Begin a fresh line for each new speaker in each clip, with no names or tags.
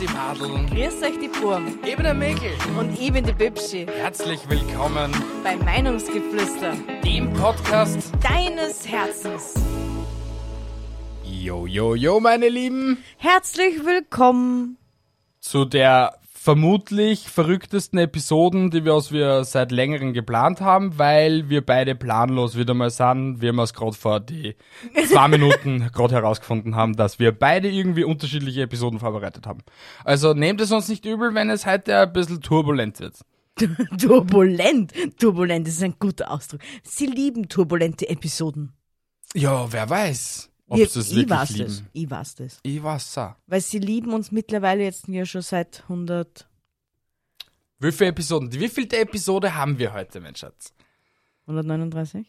die Madeln.
Grüß euch die Burm.
Ich bin der Mikl.
Und ich bin die Bibschi
Herzlich willkommen
bei Meinungsgeflüster
dem Podcast.
deines Herzens.
Jo, jo, jo, meine Lieben.
Herzlich willkommen.
Zu der vermutlich verrücktesten Episoden, die wir, aus wir seit längerem geplant haben, weil wir beide planlos wieder mal sind. Wir haben es gerade vor die zwei Minuten gerade herausgefunden haben, dass wir beide irgendwie unterschiedliche Episoden vorbereitet haben. Also nehmt es uns nicht übel, wenn es heute ein bisschen turbulent wird.
Turbulent. Turbulent ist ein guter Ausdruck. Sie lieben turbulente Episoden.
Ja, wer weiß, ob
Wir-
es das
ich
wirklich
weiß
lieben.
das. Ich weiß das.
Ich weiß auch.
Weil sie lieben uns mittlerweile jetzt ja schon seit 100,
Wie viele Episoden? Wie vielte Episode haben wir heute, mein Schatz?
139?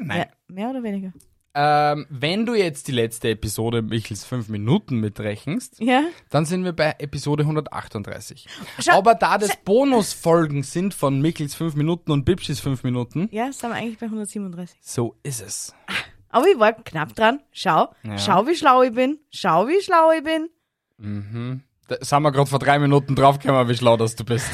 Nein.
Ja, mehr oder weniger?
Ähm, wenn du jetzt die letzte Episode Michels 5 Minuten mitrechnest,
Ja.
dann sind wir bei Episode 138.
Schau-
Aber da das Bonusfolgen sind von Michels 5 Minuten und Bibschis 5 Minuten,
Ja, sind wir eigentlich bei 137.
so ist es.
Aber ich war knapp dran. Schau.
Ja.
Schau, wie schlau ich bin. Schau, wie schlau ich bin.
Da sind wir gerade vor drei Minuten draufgekommen, wie schlau das du bist.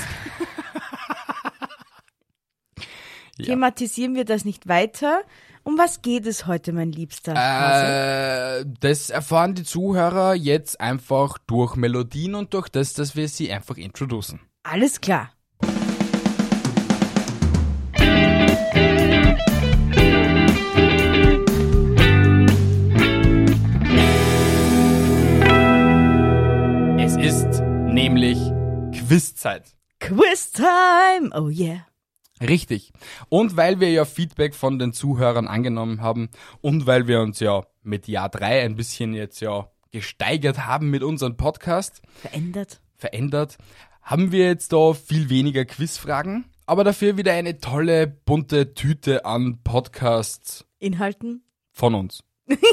Ja.
Thematisieren wir das nicht weiter. Um was geht es heute, mein Liebster? Hase?
Äh, das erfahren die Zuhörer jetzt einfach durch Melodien und durch das, dass wir sie einfach introducen.
Alles klar.
Es ist nämlich Quizzeit.
Quiz Time! Oh yeah.
Richtig. Und weil wir ja Feedback von den Zuhörern angenommen haben und weil wir uns ja mit Jahr 3 ein bisschen jetzt ja gesteigert haben mit unserem Podcast,
Verändert.
verändert, haben wir jetzt da viel weniger Quizfragen, aber dafür wieder eine tolle bunte Tüte an Podcasts
Inhalten.
von uns.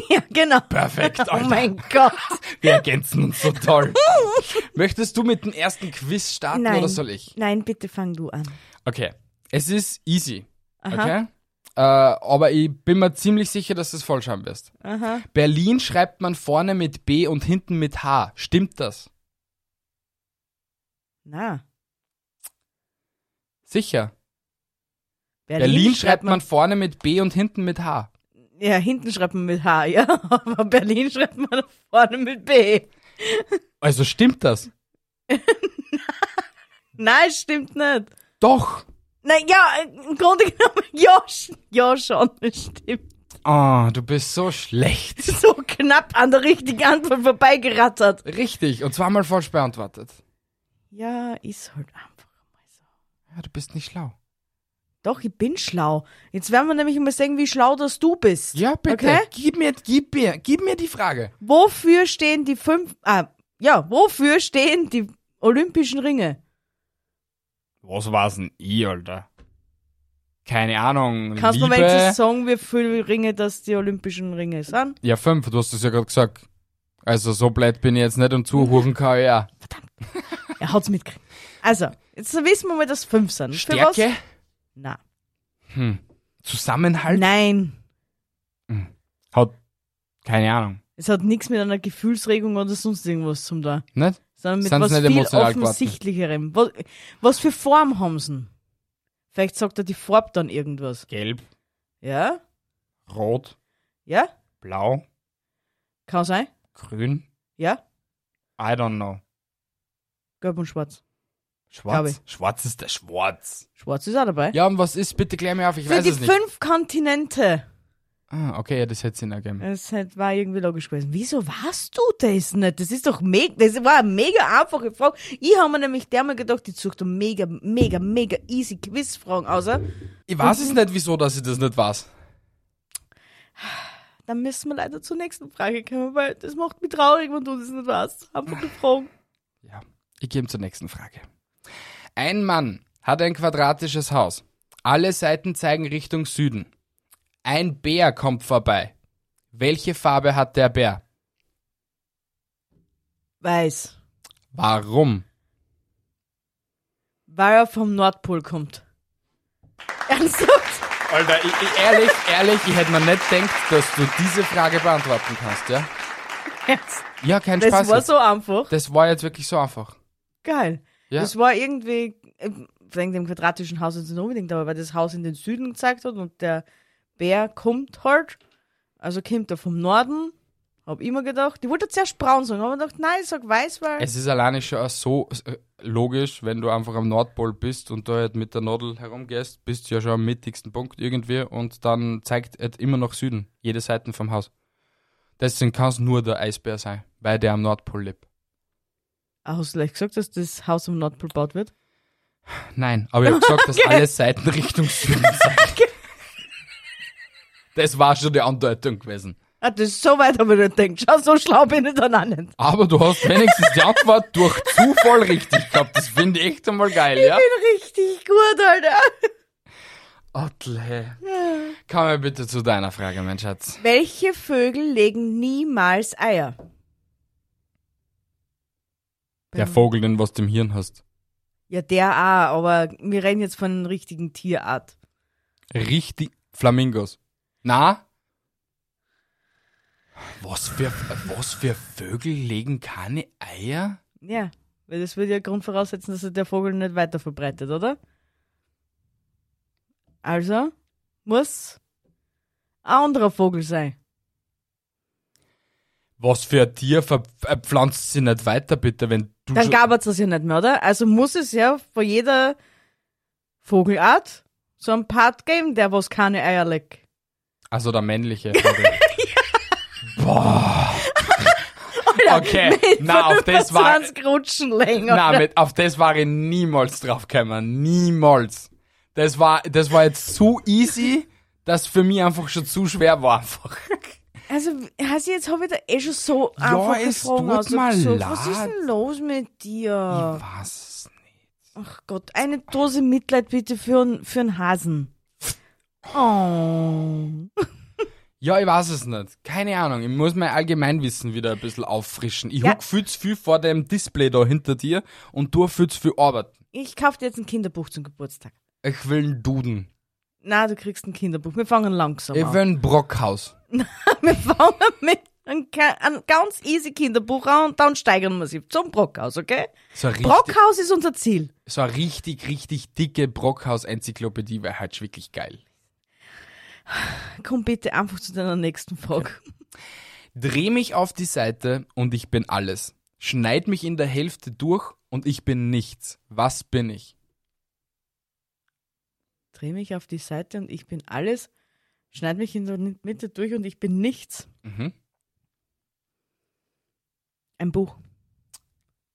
Ja, genau.
Perfekt,
Oh
Alter.
mein Gott.
Wir ergänzen uns so toll. Möchtest du mit dem ersten Quiz starten
Nein.
oder soll ich?
Nein, bitte fang du an.
Okay. Es ist easy.
Aha.
Okay? Äh, aber ich bin mir ziemlich sicher, dass du es falsch haben wirst.
Aha.
Berlin schreibt man vorne mit B und hinten mit H. Stimmt das?
Na.
Sicher. Berlin schreibt man vorne mit B und hinten mit H.
Ja, hinten schreibt man mit H, ja. Aber Berlin schreibt man vorne mit B.
Also stimmt das?
Nein, stimmt nicht.
Doch.
Nein, ja, im Grunde genommen, ja, sch- ja schon, es stimmt.
Ah, du bist so schlecht.
So knapp an der richtigen Antwort vorbeigerattert.
Richtig. Und zweimal falsch beantwortet.
Ja, ist halt einfach mal so.
Ja, du bist nicht schlau.
Doch, ich bin schlau. Jetzt werden wir nämlich mal sehen, wie schlau das du bist.
Ja, bitte.
Okay?
Gib mir, gib mir, gib mir die Frage.
Wofür stehen die fünf, ah, ja, wofür stehen die olympischen Ringe?
Was war's denn ich, Alter? Keine Ahnung.
Kannst du
Liebe.
mir jetzt sagen, wie viele Ringe das die olympischen Ringe sind?
Ja, fünf, du hast es ja gerade gesagt. Also so blöd bin ich jetzt nicht und zuhuren kann ich auch.
Er hat's mitgekriegt. Also, jetzt wissen wir mal, dass fünf sind. Für was?
Stärke?
Na.
Hm. Zusammenhalt?
Nein.
Hat keine Ahnung.
Es hat nichts mit einer Gefühlsregung oder sonst irgendwas zum da.
Nicht?
Sondern mit
Sind's
was
nicht
viel
emotional geworden?
offensichtlicherem. Was, was für Form haben sie? Vielleicht sagt er die Farbe dann irgendwas.
Gelb,
Ja?
rot,
Ja?
blau,
Kann sein?
grün,
Ja?
I don't know.
Gelb und schwarz. Glaub ich.
Schwarz? Schwarz ist der Schwarz.
Schwarz ist auch dabei.
Ja, und was ist? Bitte klär mir auf, ich
Für
weiß
die
es nicht.
fünf Kontinente.
Ah, okay, ja, das hätte Sinn ergeben.
Es hat- war irgendwie logisch gewesen. Wieso warst du das nicht? Das ist doch mega, das war eine mega einfache Frage. Ich habe mir nämlich dermal gedacht, die sucht um mega, mega, mega easy Quizfragen außer.
Ich weiß es nicht, wieso, dass ich das nicht weiß.
Dann müssen wir leider zur nächsten Frage kommen, weil das macht mich traurig, wenn du das nicht weißt. Einfach die Fragen.
Ja, ich gehe zur nächsten Frage. Ein Mann hat ein quadratisches Haus. Alle Seiten zeigen Richtung Süden. Ein Bär kommt vorbei. Welche Farbe hat der Bär?
Weiß.
Warum?
Weil er vom Nordpol kommt. Ernsthaft?
Alter, ich, ich, ehrlich, ehrlich, ich hätte mir nicht gedacht, dass du diese Frage beantworten kannst, ja?
Ernst?
Ja, kein
Das
Spaß.
war
jetzt.
so einfach.
das war jetzt wirklich so einfach.
Geil.
Ja.
Das war irgendwie, äh, wegen dem quadratischen Haus jetzt nicht unbedingt, aber weil das Haus in den Süden gezeigt hat und der Bär kommt halt, also kommt er vom Norden, hab immer gedacht, ich wollte zuerst braun sagen, aber gedacht, nein, ich sag weiß, weil
Es ist alleine schon auch so äh, logisch, wenn du einfach am Nordpol bist und da halt mit der Nadel herumgehst, bist du ja schon am mittigsten Punkt irgendwie und dann zeigt es immer noch Süden, jede Seite vom Haus. Deswegen kann es nur der Eisbär sein, weil der am Nordpol lebt.
Ah, hast du gleich gesagt, dass das Haus am Nordpol gebaut wird?
Nein, aber ich habe gesagt, dass alle Seiten Richtung Süden sind. Das war schon die Andeutung gewesen.
Ah, das ist so weit, aber ich nicht gedacht. Schau, so schlau bin ich dann auch nicht.
Aber du hast wenigstens die Antwort durch Zufall richtig gehabt. Das finde ich echt einmal geil, ja?
Richtig gut, Alter.
Otle. Komm mal bitte zu deiner Frage, mein Schatz.
Welche Vögel legen niemals Eier?
Der Vogel, den was du im Hirn hast.
Ja, der auch, aber wir reden jetzt von einer richtigen Tierart.
Richtig. Flamingos. Na? Was für, was für Vögel legen keine Eier?
Ja, weil das würde ja Grund voraussetzen, dass sich der Vogel nicht weiter verbreitet, oder? Also muss ein anderer Vogel sein.
Was für ein Tier ver äh, pflanzt sie nicht weiter, bitte, wenn du
Dann
schon-
gab's das ja nicht mehr, oder? Also muss es ja bei jeder Vogelart so einen Part geben, der was keine Eier legt.
Also der männliche. Vogel. Boah. Okay, Äh, na, auf das war
20 Rutschen länger.
na, mit, auf das war ich niemals drauf gekommen. Niemals. Das war das war jetzt zu easy, dass für mich einfach schon zu schwer war einfach.
Also, also jetzt habe ich da eh schon so
Ja,
einfach
es
gefragt.
tut
also,
mir
so,
leid.
Was ist denn los mit
Ich
dir?
weiß es nicht.
Ach Gott, eine Dose Mitleid bitte für, n- für einen Hasen. Oh.
Ja, ich weiß es nicht. Keine Ahnung. Ich muss mein Allgemeinwissen wieder ein bisschen auffrischen. Ich
Ja.
huck viel zu viel vor dem Display da hinter dir und du viel zu viel arbeiten.
Ich kauf dir jetzt ein Kinderbuch zum Geburtstag.
Ich will einen Duden.
Na, du kriegst ein Kinderbuch. Wir fangen langsam
Ich will
an.
ein Brockhaus.
Wir fangen mit einem ke- einem ganz easy Kinderbuch an und dann steigern wir sie zum Brockhaus, okay?
So eine richtig,
Brockhaus ist unser Ziel.
so eine richtig, richtig dicke Brockhaus-Enzyklopädie wäre halt wirklich geil.
Komm bitte einfach zu deiner nächsten Frage.
Dreh mich auf die Seite und ich bin alles. Schneid mich in der Hälfte durch und ich bin nichts. Was bin ich?
Dreh mich auf die Seite und ich bin alles. Schneid mich in der Mitte durch und ich bin nichts.
Mhm.
Ein Buch.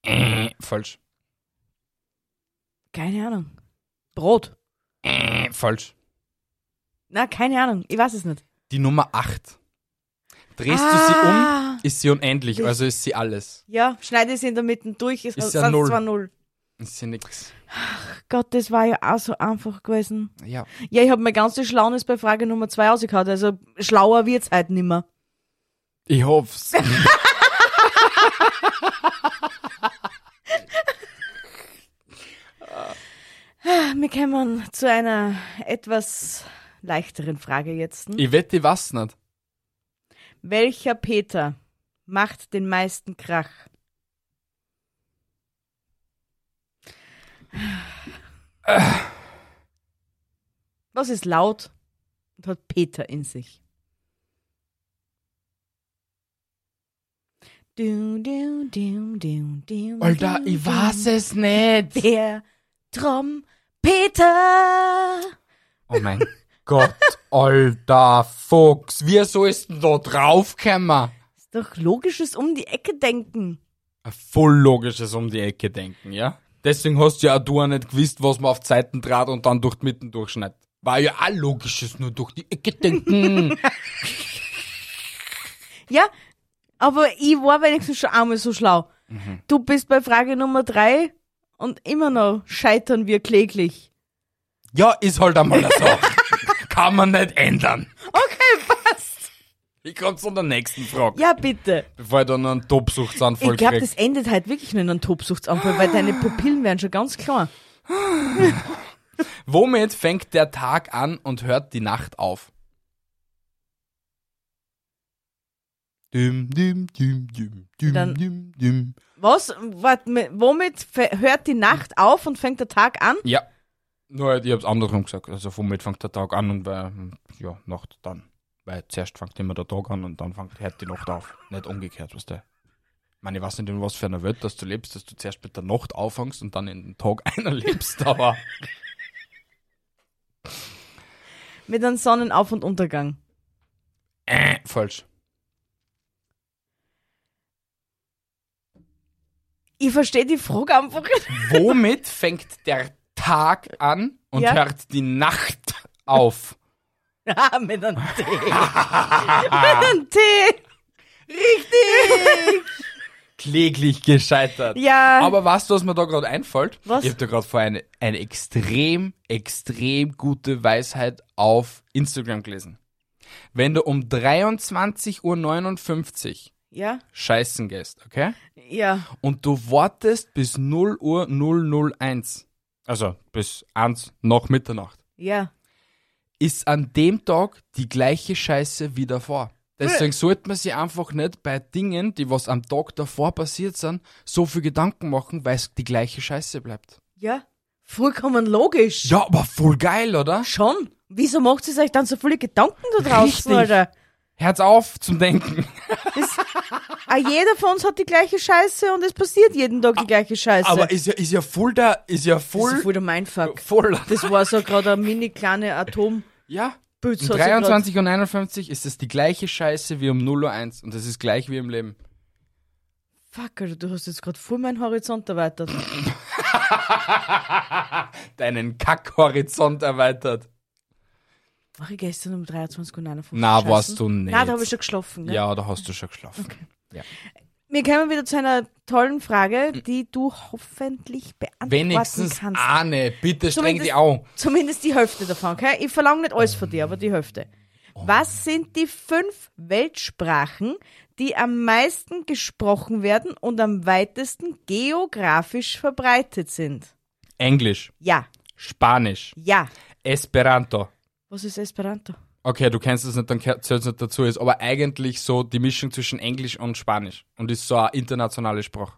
Äh, falsch.
Keine Ahnung. Brot.
Äh, falsch.
Na, keine Ahnung. Ich weiß es nicht.
Die Nummer 8. Drehst
Ah.
du sie um, ist sie unendlich,
Das-
also ist sie alles.
Ja, schneide sie in der Mitte durch. Ist,
Ist ja
ja
null.
zwar null.
Ist sie nix.
Gott, das war ja auch so einfach gewesen.
Ja.
Ja, ich habe mir ganz die Schlaunis bei Frage Nummer zwei rausgehauen. Also schlauer wird's halt nimmer.
Ich hoff's.
Ah, Wir kommen zu einer etwas leichteren Frage jetzt. ne?
ich wette, ich weiß nicht.
Welcher Peter macht den meisten Krach? Was ist laut und hat Peter in sich? Du, du, du, du, du,
Alter,
du,
ich
du.
weiß es nicht.
Der Trompeter.
Oh mein Gott, alter Fuchs. Wie sollst du denn da draufkommen?
Ist doch logisches um die Ecke denken.
Ein voll logisches um die Ecke denken, ja? Deswegen hast ja auch du auch nicht gewusst, was man auf Zeiten draht und dann durch die Mitten durchschneidet. War ja auch logisches, nur durch die Ecke denken.
Ja, aber ich war wenigstens schon einmal so schlau. Du bist bei Frage Nummer drei und immer noch scheitern wir kläglich.
Ja, ist halt einmal so. Kann man nicht ändern.
Okay, passt.
Ich komm zu der nächsten Frage,
Ja, bitte.
bevor ich dann einen Tobsuchtsanfall
Ich glaube,
krieg.
das endet halt wirklich nur in einem Tobsuchtsanfall, weil deine Pupillen werden schon ganz klar.
Womit fängt der Tag an und hört die Nacht auf? Düm, düm, düm, düm, düm,
Dann-
düm, düm.
Was? Wart, mi- womit fe- hört die Nacht auf und fängt der Tag an?
Ja. Nur, halt, ich hab's andersrum gesagt. Also, womit fängt der Tag an und bei, ja, Nacht dann. Weil zuerst fängt immer der Tag an und dann fängt, hört die Nacht auf. Nicht umgekehrt, weißt du. Ich meine, ich weiß nicht, in was für einer Welt dass du lebst, dass du zuerst mit der Nacht auffängst und dann in den Tag einer lebst, aber.
Mit einem Sonnenauf- und Untergang.
Äh, falsch.
Ich verstehe die Frage einfach nicht.
Womit fängt der Tag an und
Ja.
hört die Nacht auf?
Ah, mit einem Tee. mit einem Tee. Richtig.
Kläglich gescheitert.
Ja.
Aber weißt du, was mir da gerade einfällt?
Äh. Was?
Ich habe da gerade vor eine, eine extrem, extrem gute Weisheit auf Instagram gelesen. Wenn du um 23.59 Uhr
ja,
scheißen gehst, okay?
ja.
Und du wartest bis 0 Uhr 001, also bis 1 nach Mitternacht,
Ja.
ist an dem Tag die gleiche Scheiße wie davor. Deswegen sollte man sich einfach nicht bei Dingen, die was am Tag davor passiert sind, so viel Gedanken machen, weil es die gleiche Scheiße bleibt.
Ja. Vollkommen logisch.
Ja, aber voll geil, oder?
Schon. Wieso macht sie euch dann so viele Gedanken da draußen,
Richtig.
Alter?
Herz auf zum Denken.
Ah, jeder von uns hat die gleiche Scheiße und es passiert jeden Tag die gleiche Scheiße.
Ah, Aber ist ja, ist ja voll da, ist ja
das ist
voll,
voll der Mindfuck.
voll.
Das war so gerade eine mini kleine Atombütze.
Ja. Um
hat sie grad-
23 und 51 ist es die gleiche Scheiße wie um 0.01 und das ist gleich wie im Leben.
Fuck, Alter, du hast jetzt gerade voll meinen Horizont erweitert.
Deinen Kackhorizont erweitert.
War ich gestern um 23.59 Uhr?
Na, warst du nicht.
Nein, da habe ich schon geschlafen. Ne?
Ja, da hast du schon geschlafen.
Wir kommen wieder zu einer tollen Frage, die du hoffentlich beantworten
Wenigstens
kannst.
eine, bitte streng
Zumindest-
die Augen.
Zumindest die Hälfte davon, okay? Ich verlange nicht alles von dir, aber die Hälfte.
Oh.
Was sind die fünf Weltsprachen, die am meisten gesprochen werden und am weitesten geografisch verbreitet sind?
Englisch,
Ja,
Spanisch,
ja.
Esperanto.
Was ist Esperanto?
Okay, du kennst es nicht, dann zählt es nicht dazu. Ist aber eigentlich so die Mischung zwischen Englisch und Spanisch und ist so eine internationale Sprache.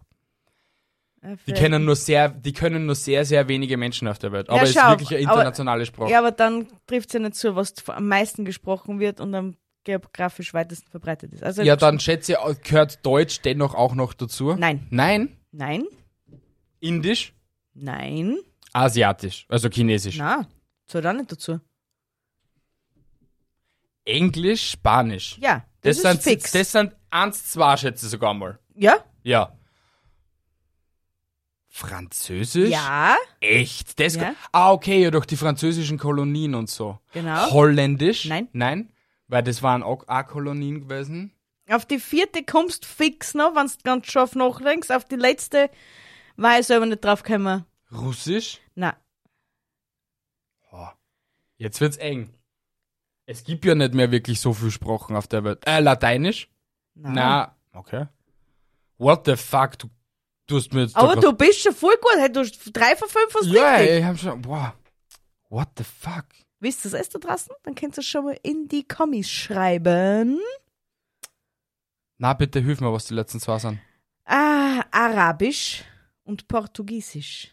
Äh,
Die kennen nur sehr, die können nur sehr, sehr wenige Menschen auf der Welt. Aber ist
schau,
wirklich eine
aber-
internationale Sprache.
Ja, aber dann trifft es ja nicht zu, was am meisten gesprochen wird und am geografisch weitesten verbreitet ist. Also
ja, dann schätze ich, gehört Deutsch dennoch auch noch dazu?
Nein.
Nein?
Nein,
Indisch?
nein,
Asiatisch, also Chinesisch.
na, zählt auch nicht dazu.
Englisch, Spanisch.
Ja, das,
sind,
ist fix.
Das sind eins, zwei, schätze ich sogar mal.
ja,
Ja. Französisch?
ja,
Echt? Das
Ja.
Ah, okay, ja, durch die französischen Kolonien und so.
Genau.
Holländisch?
Nein.
Nein, weil das waren auch, auch Kolonien gewesen.
Auf die vierte kommst fix noch, wenn du ganz scharf nachdenkst. Auf die letzte war ich selber nicht draufgekommen.
Russisch?
Na,
Jetzt wird's eng. Es gibt ja nicht mehr wirklich so viel Sprachen auf der Welt. Äh, Lateinisch?
na.
Na. Okay. What the fuck? Du, du hast mir jetzt.
Aber
da
du bist schon voll gut. Hey, du hast drei von fünf hast
grad- Ja,
richtig.
ich hab schon. Wow. What the fuck?
Wisst ihr es erst da draußen? Dann könnt ihr schon mal in die Kommis schreiben.
Na, bitte hilf mir, was die letzten zwei sind.
Ah, Arabisch und Portugiesisch.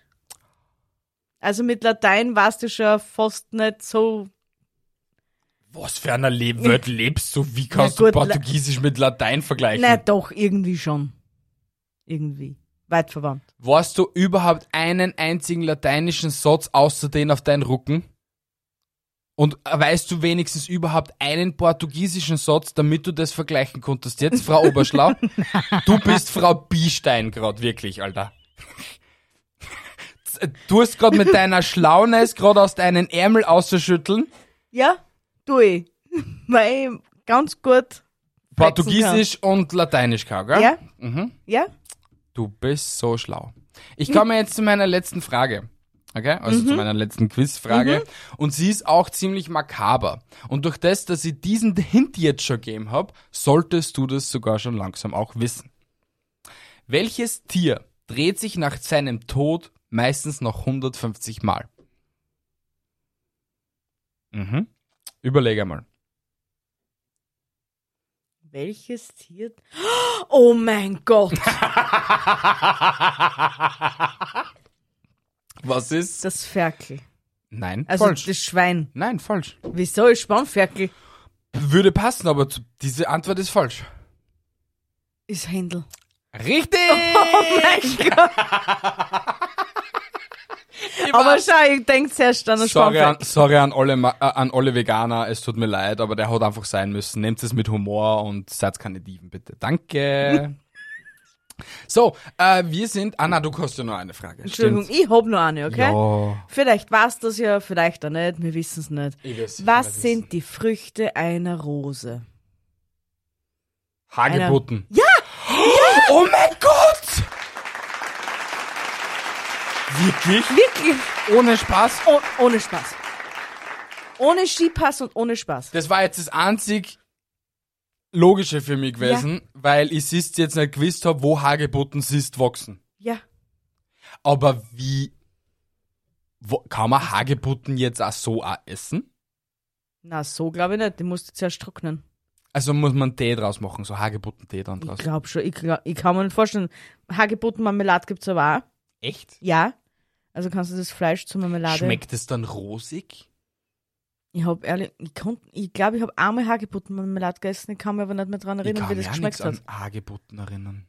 Also mit Latein warst du schon fast nicht so.
Was für einer Le Welt lebst du? Wie kannst
gut,
du
La-
Portugiesisch mit Latein vergleichen?
Na doch, irgendwie schon. Irgendwie. Weit verwandt.
Warst du überhaupt einen einzigen lateinischen Satz außer den auf deinen Rücken? Und weißt du wenigstens überhaupt einen portugiesischen Satz, damit du das vergleichen konntest? Jetzt, Frau Oberschlau, du bist Frau Biestein gerade, wirklich, Alter. Du hast gerade mit deiner Schlauness gerade aus deinen Ärmel auszuschütteln.
Ja, tu ich. Weil ich ganz gut.
Portugiesisch und Lateinisch, kann, gell?
Ja?
Mhm.
Ja?
Du bist so schlau. Ich komme jetzt zu meiner letzten Frage. Okay? Also zu meiner letzten Quizfrage. Und sie ist auch ziemlich makaber. Und durch das, dass ich diesen Hint jetzt schon gegeben habe, solltest du das sogar schon langsam auch wissen. Welches Tier dreht sich nach seinem Tod meistens noch 150 Mal? Mhm. Überleg einmal.
Welches Tier? Oh mein Gott!
Was ist?
Das Ferkel.
Nein,
Also
falsch.
das Schwein.
Nein, falsch.
Wieso ist Spanferkel?
Würde passen, aber zu- diese Antwort ist falsch.
Ist Händel.
Richtig!
Oh mein Gott! Aber schau, ich denke zuerst an das
Sorry, an,
Spanferkel.
sorry an, alle, Ma- äh, an alle Veganer, es tut mir leid, aber der hat einfach sein müssen. Nehmt es mit Humor und seid keine Dieven, bitte. Danke. so, äh, wir sind. Anna, du hast ja noch eine Frage.
Entschuldigung,
Stimmt's?
ich hab noch eine, okay?
Ja,
Vielleicht war's das ja, vielleicht auch nicht, wir wissen's nicht.
ich weiß,
Was sind die Früchte einer Rose?
Hagebutten.
Ja!
Oh mein Gott! Wirklich?
Wirklich?
Ohne Spaß?
Oh, ohne Spaß. Ohne Skipass und ohne Spaß.
Das war jetzt das einzig Logische für mich gewesen, weil ich es jetzt nicht gewusst habe, wo Hagebutten siehst wachsen.
Ja.
Aber wie wo, kann man Hagebutten jetzt auch so auch essen?
Na, so glaube ich nicht. Die musst du zuerst trocknen.
Also muss man Tee draus machen, so Hagebuttentee dann
Ich
draus.
glaube schon. Ich, glaub, ich kann mir nicht vorstellen. Hagebutten-Marmelade gibt's aber auch.
Echt?
Ja. Also kannst du das Fleisch zur Marmelade.
Schmeckt es dann rosig?
Ich hab ehrlich, ich konnte, ich glaube, ich habe einmal Hagebutten-Marmelade gegessen. Ich kann mir aber nicht mehr dran
Ich
erinnern,
kann
wie
mich
das
auch
geschmeckt
nichts
hat.
an Hagebutten erinnern.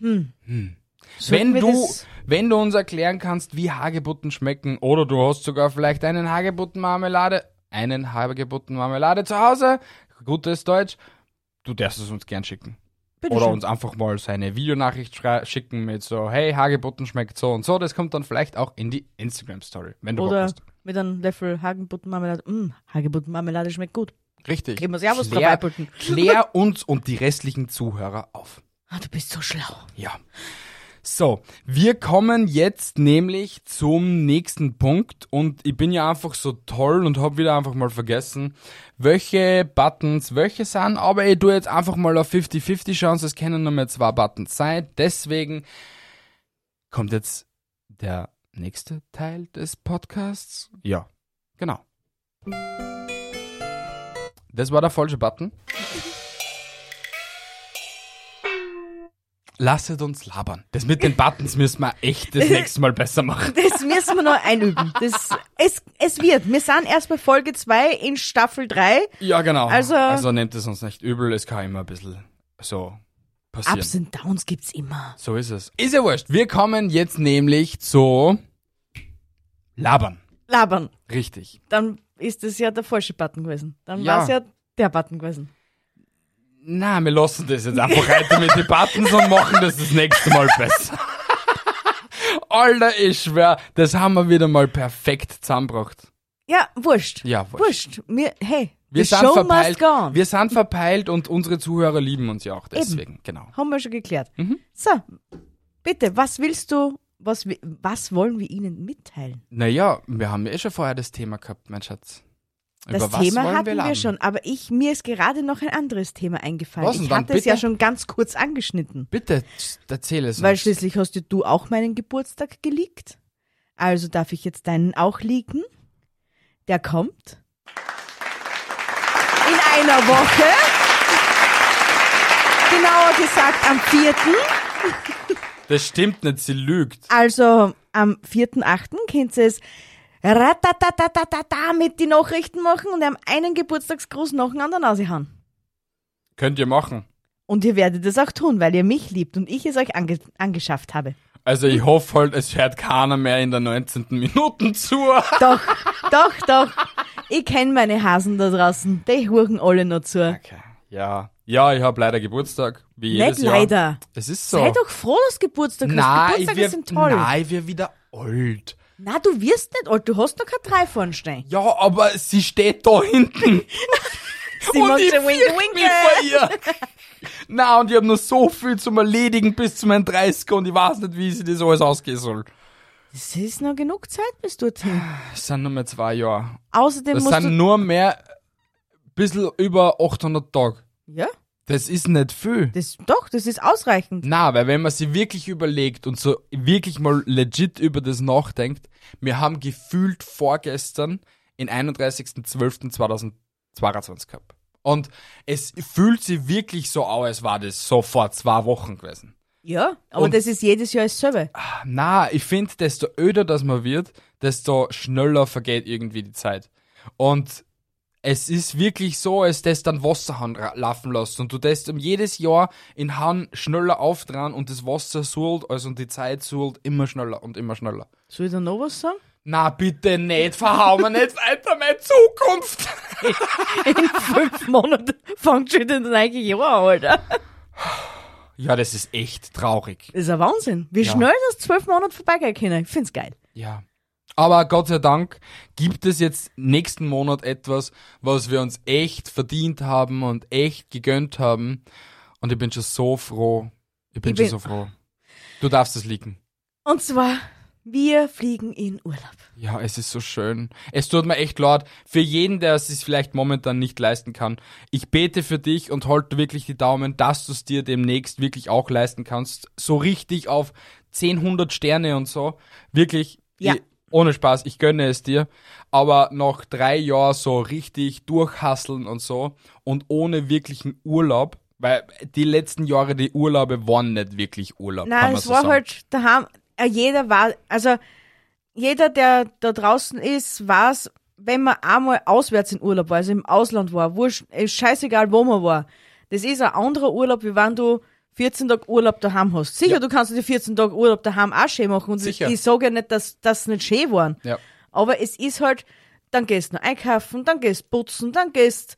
Hm.
Hm.
Sollten
Wenn
wir
du,
das-
wenn du uns erklären kannst, wie Hagebutten schmecken, oder du hast sogar vielleicht einen Hagebuttenmarmelade, einen Hagebuttenmarmelade zu Hause, gutes Deutsch, du darfst es uns gern schicken.
Bitte
Oder
schön.
uns einfach mal so eine Videonachricht schrei- schicken mit so, hey, Hagebutten schmeckt so und so. Das kommt dann vielleicht auch in die Instagram-Story, wenn du Bock
Oder
hast.
mit einem Löffel Hagebutten-Marmelade. Hm, Hagebutten-Marmelade schmeckt gut.
Richtig.
Geben wir ja was
Klär-
drauf. Appleton.
Klär uns und die restlichen Zuhörer auf.
Ah, du bist so schlau.
Ja. So, wir kommen jetzt nämlich zum nächsten Punkt und ich bin ja einfach so toll und habe wieder einfach mal vergessen, welche Buttons welche sind, aber ich tu jetzt einfach mal auf 50-50 schauen, es können nur mehr zwei Buttons sein, deswegen kommt jetzt der nächste Teil des Podcasts. Ja, genau. Das war der falsche Button. Lasset uns labern. Das mit den Buttons müssen wir echt das nächste Mal besser machen.
Das müssen wir noch einüben. Das, es, es wird. Wir sind erst bei Folge 2 in Staffel 3.
Ja, genau.
Also-
also nehmt es uns nicht übel, es kann immer ein bisschen so passieren.
Ups und Downs gibt's immer.
So ist es. Ist ja wurscht. Wir kommen jetzt nämlich zu labern.
Labern.
Richtig.
Dann ist das ja der falsche Button gewesen. Dann
Ja.
war's ja der Button gewesen.
Na, wir lassen das jetzt einfach weiter mit den Buttons und machen das das nächste Mal besser. Alter, ich schwör, das haben wir wieder mal perfekt zusammengebracht.
Ja, wurscht.
Ja, wurscht.
Wurscht. Wir, hey,
Wir
the
sind,
show
verpeilt,
must go on.
wir sind verpeilt und unsere Zuhörer lieben uns ja auch deswegen, genau.
Haben wir schon geklärt.
Mhm.
So, bitte, was willst du, was, wi- was wollen wir Ihnen mitteilen?
Naja, wir haben ja eh schon vorher das Thema gehabt, mein Schatz.
Das
Über was
Thema
wollen
hatten
wir,
wir,
labern?
schon, aber ich, mir ist gerade noch ein anderes Thema eingefallen.
Was denn
ich
dann,
hatte es ja
bitte?
schon ganz kurz angeschnitten.
Bitte, tsch, erzähl es
Weil
uns.
schließlich hast ja du auch meinen Geburtstag geleakt. Also darf ich jetzt deinen auch leaken. Der kommt. In einer Woche. Genauer gesagt am 4.
Das stimmt nicht, sie lügt.
Also am 4.8. könnt ihr es ratatatatata mit die Nachrichten machen und am einen Geburtstagsgruß noch einen anderen raushauen.
Könnt ihr machen.
Und ihr werdet es auch tun, weil ihr mich liebt und ich es euch ange angeschafft habe.
Also ich hoffe halt, es hört keiner mehr in der 19. Minute zu.
Doch, doch, doch. Ich kenne meine Hasen da draußen. Die huren alle noch zu.
Okay, ja. Ja, ich habe leider Geburtstag, wie jedes
Nicht
Jahr.
leider.
Es ist so.
Sei doch froh, dass du Geburtstag hast.
Nein, ich
Geburtstage
wir,
sind toll.
nein, ich wir wieder alt.
Na, du wirst nicht alt. Du hast noch kein Drei vorn stehen.
Ja, aber sie steht da hinten.
Sie
und
macht
ich
so winke,
fürcht mich
winke.
vor ihr. Na und ich habe noch so viel zum Erledigen bis zu meinem 30er und ich weiß nicht, wie sie das alles ausgehen soll.
Es ist noch genug Zeit bis dorthin.
Es sind nur mehr zwei Jahre.
Außerdem
Das
musst
sind
du...
nur mehr, bisschen über 800 Tage.
Ja,
Das ist nicht viel.
das, doch, das ist ausreichend.
Na, weil wenn man sich wirklich überlegt und so wirklich mal legit über das nachdenkt, wir haben gefühlt vorgestern den 31.12.2022 gehabt. Und es fühlt sich wirklich so an, als war das so vor zwei Wochen gewesen.
Ja, aber
Und-
das ist jedes Jahr dasselbe.
Na, ich finde, desto öder das man wird, desto schneller vergeht irgendwie die Zeit. Und es ist wirklich so, als das dann Wasserhahn ra- laufen lässt und du das um jedes Jahr in Hahn schneller aufdran und das Wasser surlt, also die Zeit surlt immer schneller und immer schneller.
Soll ich da noch was sagen?
Na bitte nicht, verhau mir nicht weiter meine Zukunft.
In fünf Monaten fängt schon das neue Jahr an, Alter.
Ja, das ist echt traurig.
Das ist ein Wahnsinn. Wie schnell das zwölf Monate vorbeigehen können. Ich find's geil.
Ja. Aber Gott sei Dank gibt es jetzt nächsten Monat etwas, was wir uns echt verdient haben und echt gegönnt haben. Und ich bin schon so froh. Ich bin
Ich
schon
bin-
so froh. Du darfst es liegen.
Und zwar, wir fliegen in Urlaub.
Ja, es ist so schön. Es tut mir echt leid. Für jeden, der es sich vielleicht momentan nicht leisten kann. Ich bete für dich und halte wirklich die Daumen, dass du es dir demnächst wirklich auch leisten kannst. So richtig auf 10, 100 Sterne und so. Wirklich.
Ja.
Ich, ohne Spaß, ich gönne es dir. Aber noch drei Jahre so richtig durchhasseln und so. Und ohne wirklichen Urlaub. Weil die letzten Jahre, die Urlaube waren nicht wirklich Urlaub. kann
Nein,
man
es
so
war
sagen.
halt daheim, äh, jeder war, also jeder, der da draußen ist, weiß, wenn man einmal auswärts in Urlaub war, also im Ausland war, wurscht, äh, scheißegal wo man war, das ist ein anderer Urlaub, wie wenn du 14 Tage Urlaub daheim hast. Sicher,
Ja.
du kannst dir 14 Tage Urlaub daheim auch schön machen und
Sicher.
ich sage ja nicht, dass das nicht schön waren.
Ja.
Aber es ist halt, dann gehst du noch einkaufen, dann gehst putzen, dann gehst,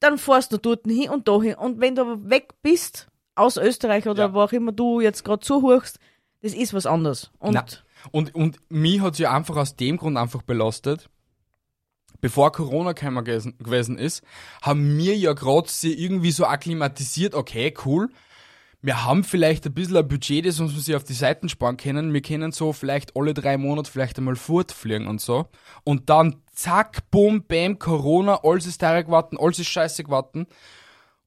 dann fährst du dort hin und dahin. Und wenn du aber weg bist, aus Österreich oder
Ja.
wo auch immer du jetzt gerade zuhörst, das ist was anderes. Und
Na, und, und mich hat ja einfach aus dem Grund einfach belastet, bevor Corona gekommen gewesen, gewesen ist, haben wir ja gerade sie irgendwie so akklimatisiert, okay, cool. Wir haben vielleicht ein bisschen ein Budget, das uns wir auf die Seiten sparen können. Wir können so vielleicht alle drei Monate vielleicht einmal fortfliegen und so. Und dann zack, bum, bam, Corona, alles ist teurer geworden, alles ist scheiße geworden.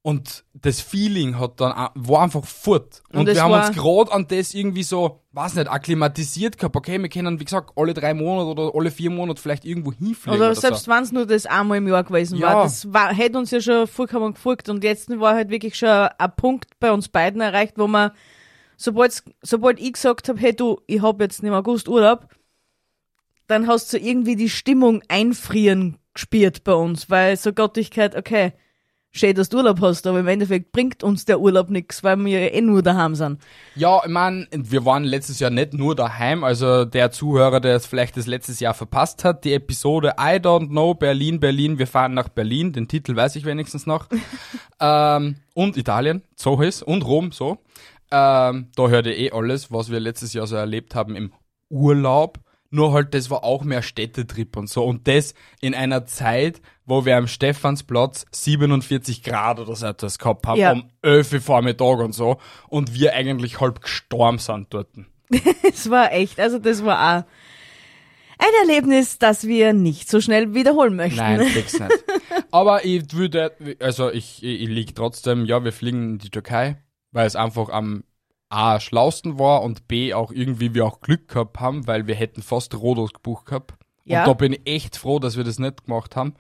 Und das Feeling hat dann, a- war einfach fort. Und,
Und es
wir haben
war-
uns gerade an das irgendwie so, weiß nicht, akklimatisiert gehabt. Okay, wir können, wie gesagt, alle drei Monate oder alle vier Monate vielleicht irgendwo hinfliegen.
oder
oder
Also selbst
so.
wenn es nur das einmal im Jahr gewesen
Ja.
war, das war, hätte uns ja schon vollkommen gefolgt. Und jetzt war halt wirklich schon ein Punkt bei uns beiden erreicht, wo man, sobald, sobald ich gesagt habe, hey du, ich habe jetzt im August Urlaub, dann hast du irgendwie die Stimmung einfrieren gespürt bei uns, weil so Gottigkeit, okay, schön, dass du Urlaub hast, aber im Endeffekt bringt uns der Urlaub nichts, weil wir eh nur daheim sind.
Ja, ich mein, wir waren letztes Jahr nicht nur daheim, also der Zuhörer, der es vielleicht das letztes Jahr verpasst hat, die Episode I don't know, Berlin, Berlin, wir fahren nach Berlin, den Titel weiß ich wenigstens noch. ähm, und Italien, so ist, und Rom, so. Ähm, da hört ihr eh alles, was wir letztes Jahr so erlebt haben im Urlaub. Nur halt, das war auch mehr Städtetrip und so. Und das in einer Zeit, wo wir am Stephansplatz 47 Grad oder so etwas gehabt haben,
Ja.
um 11 Uhr Vormittag und so. Und wir eigentlich halb gestorben sind dort.
Das war echt, also das war auch ein Erlebnis, das wir nicht so schnell wiederholen möchten.
Nein, fix nicht. Aber ich würde, also ich, ich, ich lieg trotzdem, ja, wir fliegen in die Türkei, weil es einfach am A schlausten war und B auch irgendwie wir auch Glück gehabt haben, weil wir hätten fast Rodos gebucht gehabt.
Ja.
Und da bin ich echt froh, dass wir das nicht gemacht haben.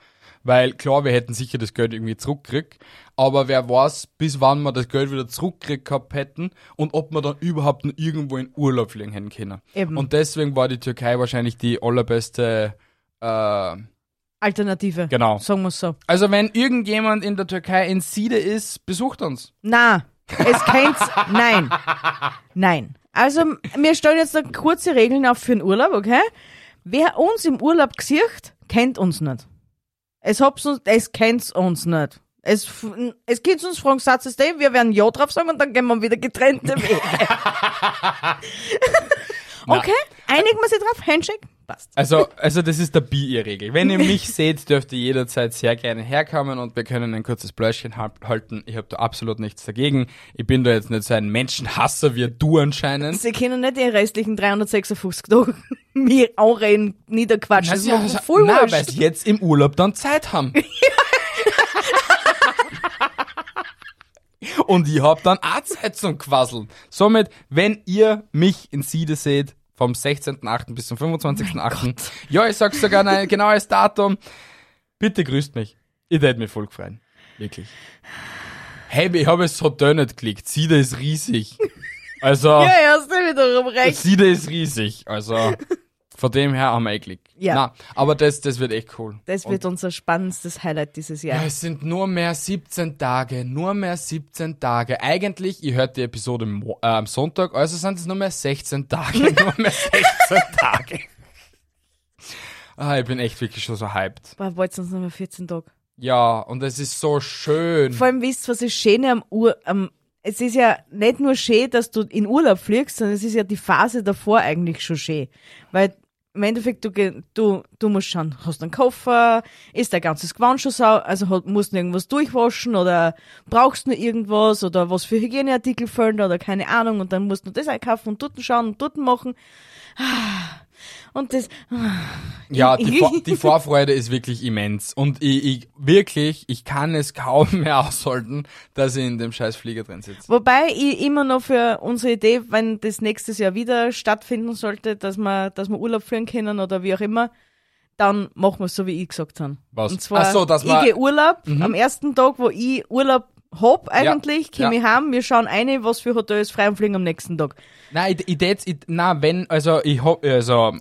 Weil klar, wir hätten sicher das Geld irgendwie zurückgekriegt, aber wer weiß, bis wann wir das Geld wieder zurückgekriegt gehabt hätten und ob wir dann überhaupt noch irgendwo in Urlaub fliegen hätten können.
Eben.
Und deswegen war die Türkei wahrscheinlich die allerbeste äh,
Alternative.
Genau.
Sagen wir's so.
Also wenn irgendjemand in der Türkei in Siede ist, besucht uns.
Na, es kennt's. Nein. Nein. Also, wir stellen jetzt da kurze Regeln auf für den Urlaub, okay? Wer uns im Urlaub gesiecht, kennt uns nicht. Es hab's uns, es kennt's uns nicht. Es, f- es kennt's uns, fragen, Satz ist der, wir werden Ja drauf sagen und dann gehen wir wieder getrennte Wege. okay? Einigen wir sich drauf? Handshake? Passt.
Also, also das ist der Bi-Regel. Wenn ihr mich seht, dürft ihr jederzeit sehr gerne herkommen und wir können ein kurzes Pläuschchen hal- halten. Ich habe da absolut nichts dagegen. Ich bin da jetzt nicht so ein Menschenhasser wie du anscheinend.
Sie können nicht ihre restlichen 356 Tage mir anreden, niederquatschen. Das macht mir voll
na,
wurscht.
weil sie jetzt im Urlaub dann Zeit haben. und ich hab dann auch Zeit zum Quasseln. Somit, wenn ihr mich in Siede seht, vom 16.8. bis zum 25.8. Ja, ich sag sogar ein genaues Datum. Bitte grüßt mich. Ich hätte mich voll gefreut. Wirklich. Hey, ich habe es so dönnet geklickt. Sida ist riesig. Also,
Ja, ja, hast du wiederum recht.
Sida ist riesig. Also, von dem her haben wir eh geklickt.
Ja.
Na, aber das, das wird echt cool.
Das wird unser spannendstes Highlight dieses
Ja,
Jahr.
es sind nur mehr 17 Tage, nur mehr 17 Tage. Eigentlich, ihr hört die Episode mo- äh, am Sonntag, also sind es nur mehr 16 Tage, nur mehr 16 Tage. Ah, ich bin echt wirklich schon so hyped.
Boah, wollt ihr uns nochmal 14 Tage?
Ja, und es ist so schön.
Vor allem wisst ihr, was ist schön am Ur... Am, es ist ja nicht nur schön, dass du in Urlaub fliegst, sondern es ist ja die Phase davor eigentlich schon schön. Weil im Endeffekt, du, geh- du, du musst schauen, hast du einen Koffer, ist dein ganzes Gewand schon sau, also hat- musst du irgendwas durchwaschen oder brauchst du irgendwas oder was für Hygieneartikel fallen da oder keine Ahnung und dann musst du das einkaufen und dort schauen und dort machen. Ah. Und das,
Ja, die, Vor die Vorfreude ist wirklich immens. Und ich, ich wirklich, ich kann es kaum mehr aushalten, dass ich in dem scheiß Flieger drin sitze.
Wobei ich immer noch für unsere Idee, wenn das nächstes Jahr wieder stattfinden sollte, dass wir, dass wir Urlaub führen können oder wie auch immer, dann machen wir es so, wie ich gesagt habe.
Was?
Und zwar,
Ach so, dass
ich
wir- Mhm.
gehe Urlaub, am ersten Tag, wo ich Urlaub hab eigentlich,
ja.
komme ich heim, wir schauen eine, was für Hotels frei und fliegen am nächsten Tag.
Nein, ich, ich, tät's- ich, nein, wenn, also ich hab, also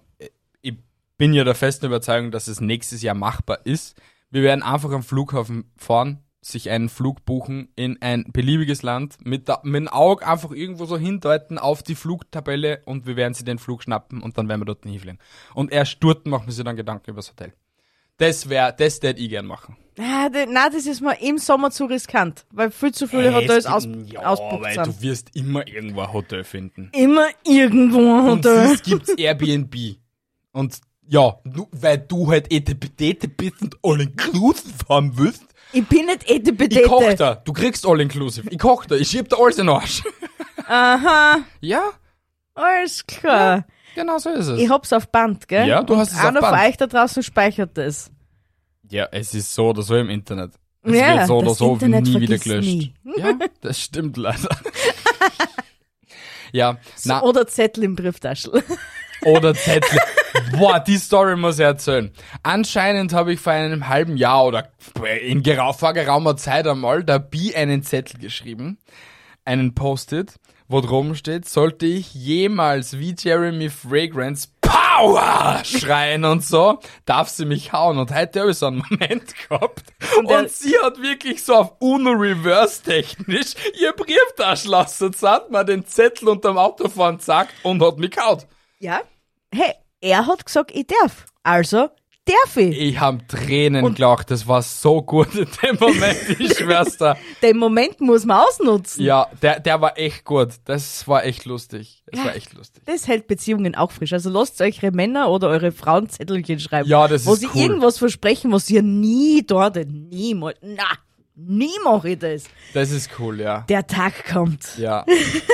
ich bin ja der festen Überzeugung, dass es nächstes Jahr machbar ist. Wir werden einfach am Flughafen fahren, sich einen Flug buchen in ein beliebiges Land, mit, der, mit dem Auge einfach irgendwo so hindeuten auf die Flugtabelle und wir werden sie den Flug schnappen und dann werden wir dort hinfliegen. Und erst dort machen wir sich dann Gedanken über das Hotel. Das wäre, das tät ich gern machen.
Ah, de- Nein, das ist mir im Sommer zu riskant, weil viel zu
Äh,
viele Hotels aus, ausbucht
weil
sind.
du wirst immer irgendwo ein Hotel finden.
Immer irgendwo ein
Und
Hotel.
es gibt Airbnb. Und ja, nu- weil du halt Etepetete bist und All-Inclusive haben willst.
Ich bin nicht
Ich koch
etepetete.
da, du kriegst All-Inclusive. Ich koch da, ich schieb da alles in den Arsch.
Aha,
Ja,
alles klar.
genau so ist es.
Ich hab's auf Band, gell?
Ja, du hast es auf
Einer
Band.
von euch da draußen speichert das.
Ja, es ist so oder so im Internet. Es
Ja,
wird so oder
das
so
Internet
nie wieder
vergisst
gelöscht. Ja, das stimmt leider. ja, na,
Oder Zettel im Brieftaschel.
oder Zettel. Boah, die Story muss ich erzählen. Anscheinend habe ich vor einem halben Jahr oder in gerau- vor geraumer Zeit einmal der Bi einen Zettel geschrieben, einen Post-it, wo drum steht, sollte ich jemals wie Jeremy Fragrance Power schreien und so, darf sie mich hauen. Und heute habe ich so einen Moment gehabt. Und,
der-
sie hat wirklich so auf Uno-Reverse-technisch ihr Brieftaschel ausgezahlt, mal den Zettel unterm Autofahren sagt und hat mich gehauen.
ja? Hey, er hat gesagt, ich darf. Also darf ich.
Ich hab Tränen gelacht, das war so gut in dem Moment, ich schwör's da.
Den Moment muss man ausnutzen.
Ja, der, der war echt gut, das war echt lustig, es war echt lustig.
Das hält Beziehungen auch frisch. Also lasst eure Männer oder eure Frauen Zettelchen schreiben.
Ja, das
wo
ist
sie
cool.
irgendwas versprechen, was ihr nie dortet. Niemals. Na, nie mache ich das.
Das ist cool, ja.
Der Tag kommt.
Ja,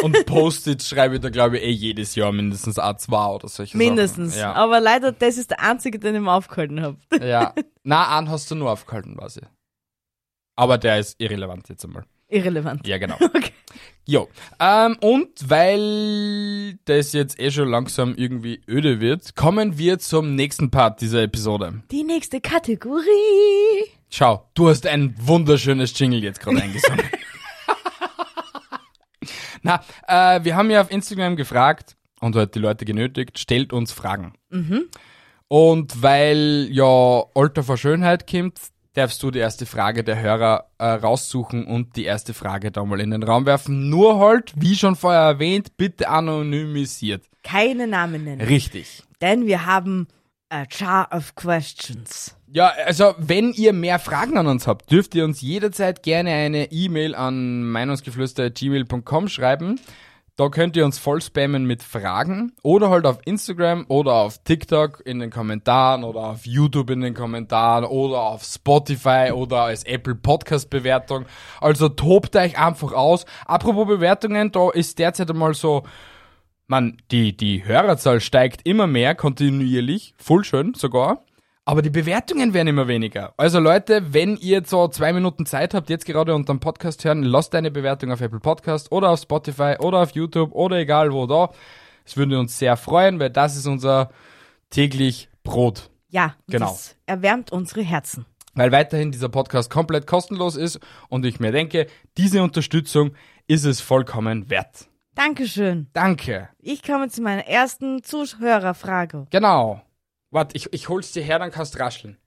und Post-it schreibe ich da glaube ich eh jedes Jahr mindestens A2 oder solche
Mindestens.
Sachen.
Aber leider, das ist der einzige, den ich mir aufgehalten habe.
Ja. ja. Na, einen hast du nur aufgehalten, weiß ich. Aber der ist irrelevant jetzt einmal.
Irrelevant.
Ja, genau.
Okay.
Jo. Ähm, und weil das jetzt eh schon langsam irgendwie öde wird, kommen wir zum nächsten Part dieser Episode.
Die nächste Kategorie.
Schau, du hast ein wunderschönes Jingle jetzt gerade eingesungen. Na, äh, wir haben ja auf Instagram gefragt und hat die Leute genötigt, stellt uns Fragen. Und weil ja Alter vor Schönheit kommt, darfst du die erste Frage der Hörer äh, raussuchen und die erste Frage da mal in den Raum werfen. Nur halt, wie schon vorher erwähnt, bitte anonymisiert.
Keine Namen
Äh.
nennen.
Richtig.
Denn wir haben a jar of questions.
Ja, also wenn ihr mehr Fragen an uns habt, dürft ihr uns jederzeit gerne eine E-Mail an meinungsgeflüster.gmail.com schreiben. Da könnt ihr uns voll spammen mit Fragen oder halt auf Instagram oder auf TikTok in den Kommentaren oder auf YouTube in den Kommentaren oder auf Spotify oder als Apple Podcast Bewertung. Also tobt euch einfach aus. Apropos Bewertungen, da ist derzeit einmal so, man, die, die Hörerzahl steigt immer mehr kontinuierlich, voll schön sogar. Aber die Bewertungen werden immer weniger. Also Leute, wenn ihr so zwei Minuten Zeit habt, jetzt gerade unter dem Podcast hören, lasst eine Bewertung auf Apple Podcast oder auf Spotify oder auf YouTube oder egal wo da. Es würde uns sehr freuen, weil das ist unser täglich Brot.
Ja,
Genau.
das erwärmt unsere Herzen.
weil weiterhin dieser Podcast komplett kostenlos ist und ich mir denke, diese Unterstützung ist es vollkommen wert.
Dankeschön.
Danke.
Ich komme zu meiner ersten Zuhörerfrage.
Genau. Warte, ich, ich hol's dir her, dann kannst rascheln.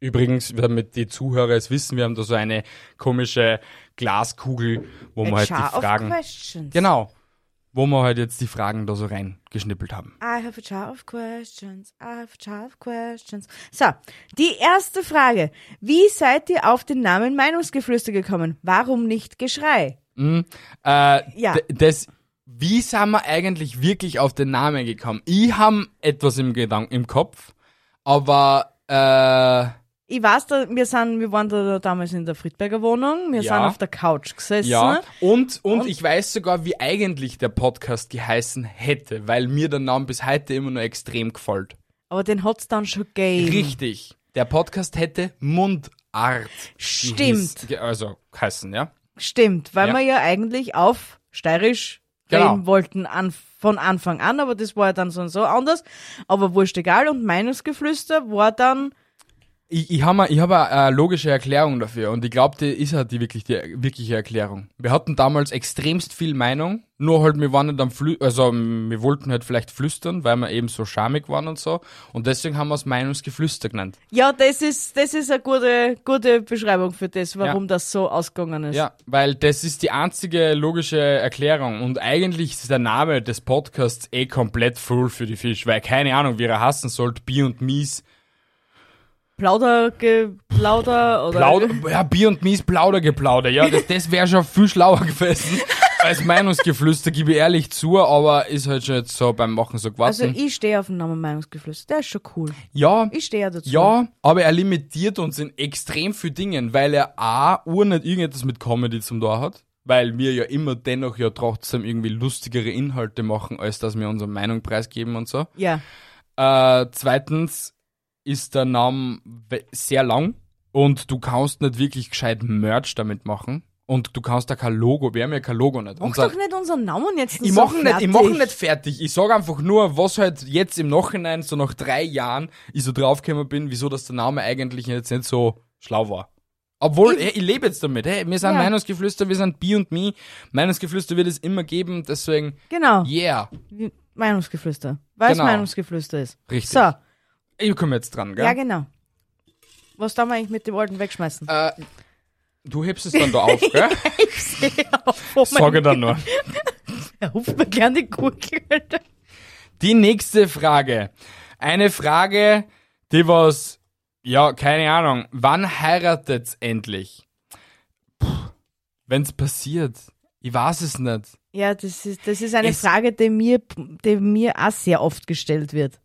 Übrigens, damit die Zuhörer es wissen, wir haben da so eine komische Glaskugel, wo wir halt die
jar of
Fragen.
questions.
Genau. Wo wir halt jetzt die Fragen da so reingeschnippelt haben.
I have a jar of questions. I have a jar of questions. So, die erste Frage. Wie seid ihr auf den Namen Meinungsgeflüster gekommen? Warum nicht Geschrei?
Äh,
Ja.
d- das, wie sind wir eigentlich wirklich auf den Namen gekommen? Ich habe etwas im Gedanken, im Kopf, aber äh,
Ich weiß, da, wir, sind, wir waren da damals in der Friedberger Wohnung. Wir
Ja.
sind auf der Couch gesessen.
ja. Und, und
ne? Und-
ich weiß sogar, wie eigentlich der Podcast geheißen hätte, weil mir der Name bis heute immer nur extrem gefällt.
Aber den hat's dann schon gegeben.
Richtig. Der Podcast hätte Mundart.
Stimmt.
gehieß- ge- also heißen, ja.
Stimmt, weil
Ja.
wir ja eigentlich auf steirisch
Genau.
reden wollten an, von Anfang an, aber das war ja dann so und so anders. Aber wurscht egal und Meinungsgeflüster war dann
Ich, ich habe ich hab eine äh, logische Erklärung dafür und ich glaube, die ist halt die, wirklich, die wirkliche Erklärung. Wir hatten damals extremst viel Meinung, nur halt wir waren nicht am Flü also m, wir wollten halt vielleicht flüstern, weil wir eben so schamig waren und so und deswegen haben wir es Meinungsgeflüster genannt.
Ja, das ist, das ist eine gute, gute Beschreibung für das, warum das so ausgegangen ist.
Ja, weil das ist die einzige logische Erklärung und eigentlich ist der Name des Podcasts eh komplett full für die Fisch, weil keine Ahnung, wie er hassen sollte, Bi und Mies,
Plauder, Plauder oder
Plauder, ja, Bier und Mies Plaudergeplauder. Ja, das, das wäre schon viel schlauer gewesen als Meinungsgeflüster, gebe ich ehrlich zu, aber ist halt schon jetzt so beim Machen so
Also
gewachsen.
ich stehe auf den Namen Meinungsgeflüster, der ist schon cool.
ja,
Ich stehe ja dazu.
ja, aber er limitiert uns in extrem viel Dingen, weil er A, ur nicht irgendetwas mit Comedy zum Tor hat, weil wir ja immer dennoch ja trotzdem irgendwie lustigere Inhalte machen, als dass wir unsere Meinung preisgeben und so.
Ja.
Äh, zweitens ist der Name we- sehr lang und du kannst nicht wirklich gescheit Merch damit machen. Und du kannst da kein Logo, wir haben ja kein Logo nicht.
Mach
Unser-
doch nicht unseren Namen jetzt
ich
so
mache nicht, ich
fertig.
mach ihn nicht fertig. Ich sage einfach nur, was halt jetzt im Nachhinein, so nach drei Jahren, ich so draufgekommen bin, wieso dass der Name eigentlich jetzt nicht so schlau war. Obwohl, hey, ich lebe jetzt damit. Hey, wir sind
Ja.
Meinungsgeflüster, wir sind B und Me. Meinungsgeflüster wird es immer geben, deswegen,
Genau.
yeah.
Meinungsgeflüster. Weil
Genau.
es Meinungsgeflüster ist.
Richtig.
So, ja,
Ich komme jetzt dran, gell?
genau. Was darf man eigentlich mit dem alten wegschmeißen?
Äh, du hebst es dann da auf, gell?
Ich sehe auf, oh mein
Sage dann nur.
Er ruft mir gerne die Gurgel. Alter.
Die nächste Frage. Eine Frage, die was, ja, keine Ahnung, wann heiratet's endlich? Puh, wenn's passiert. Ich weiß es nicht.
Ja, das ist, das ist eine
Es-
Frage, die mir, die mir auch sehr oft gestellt wird.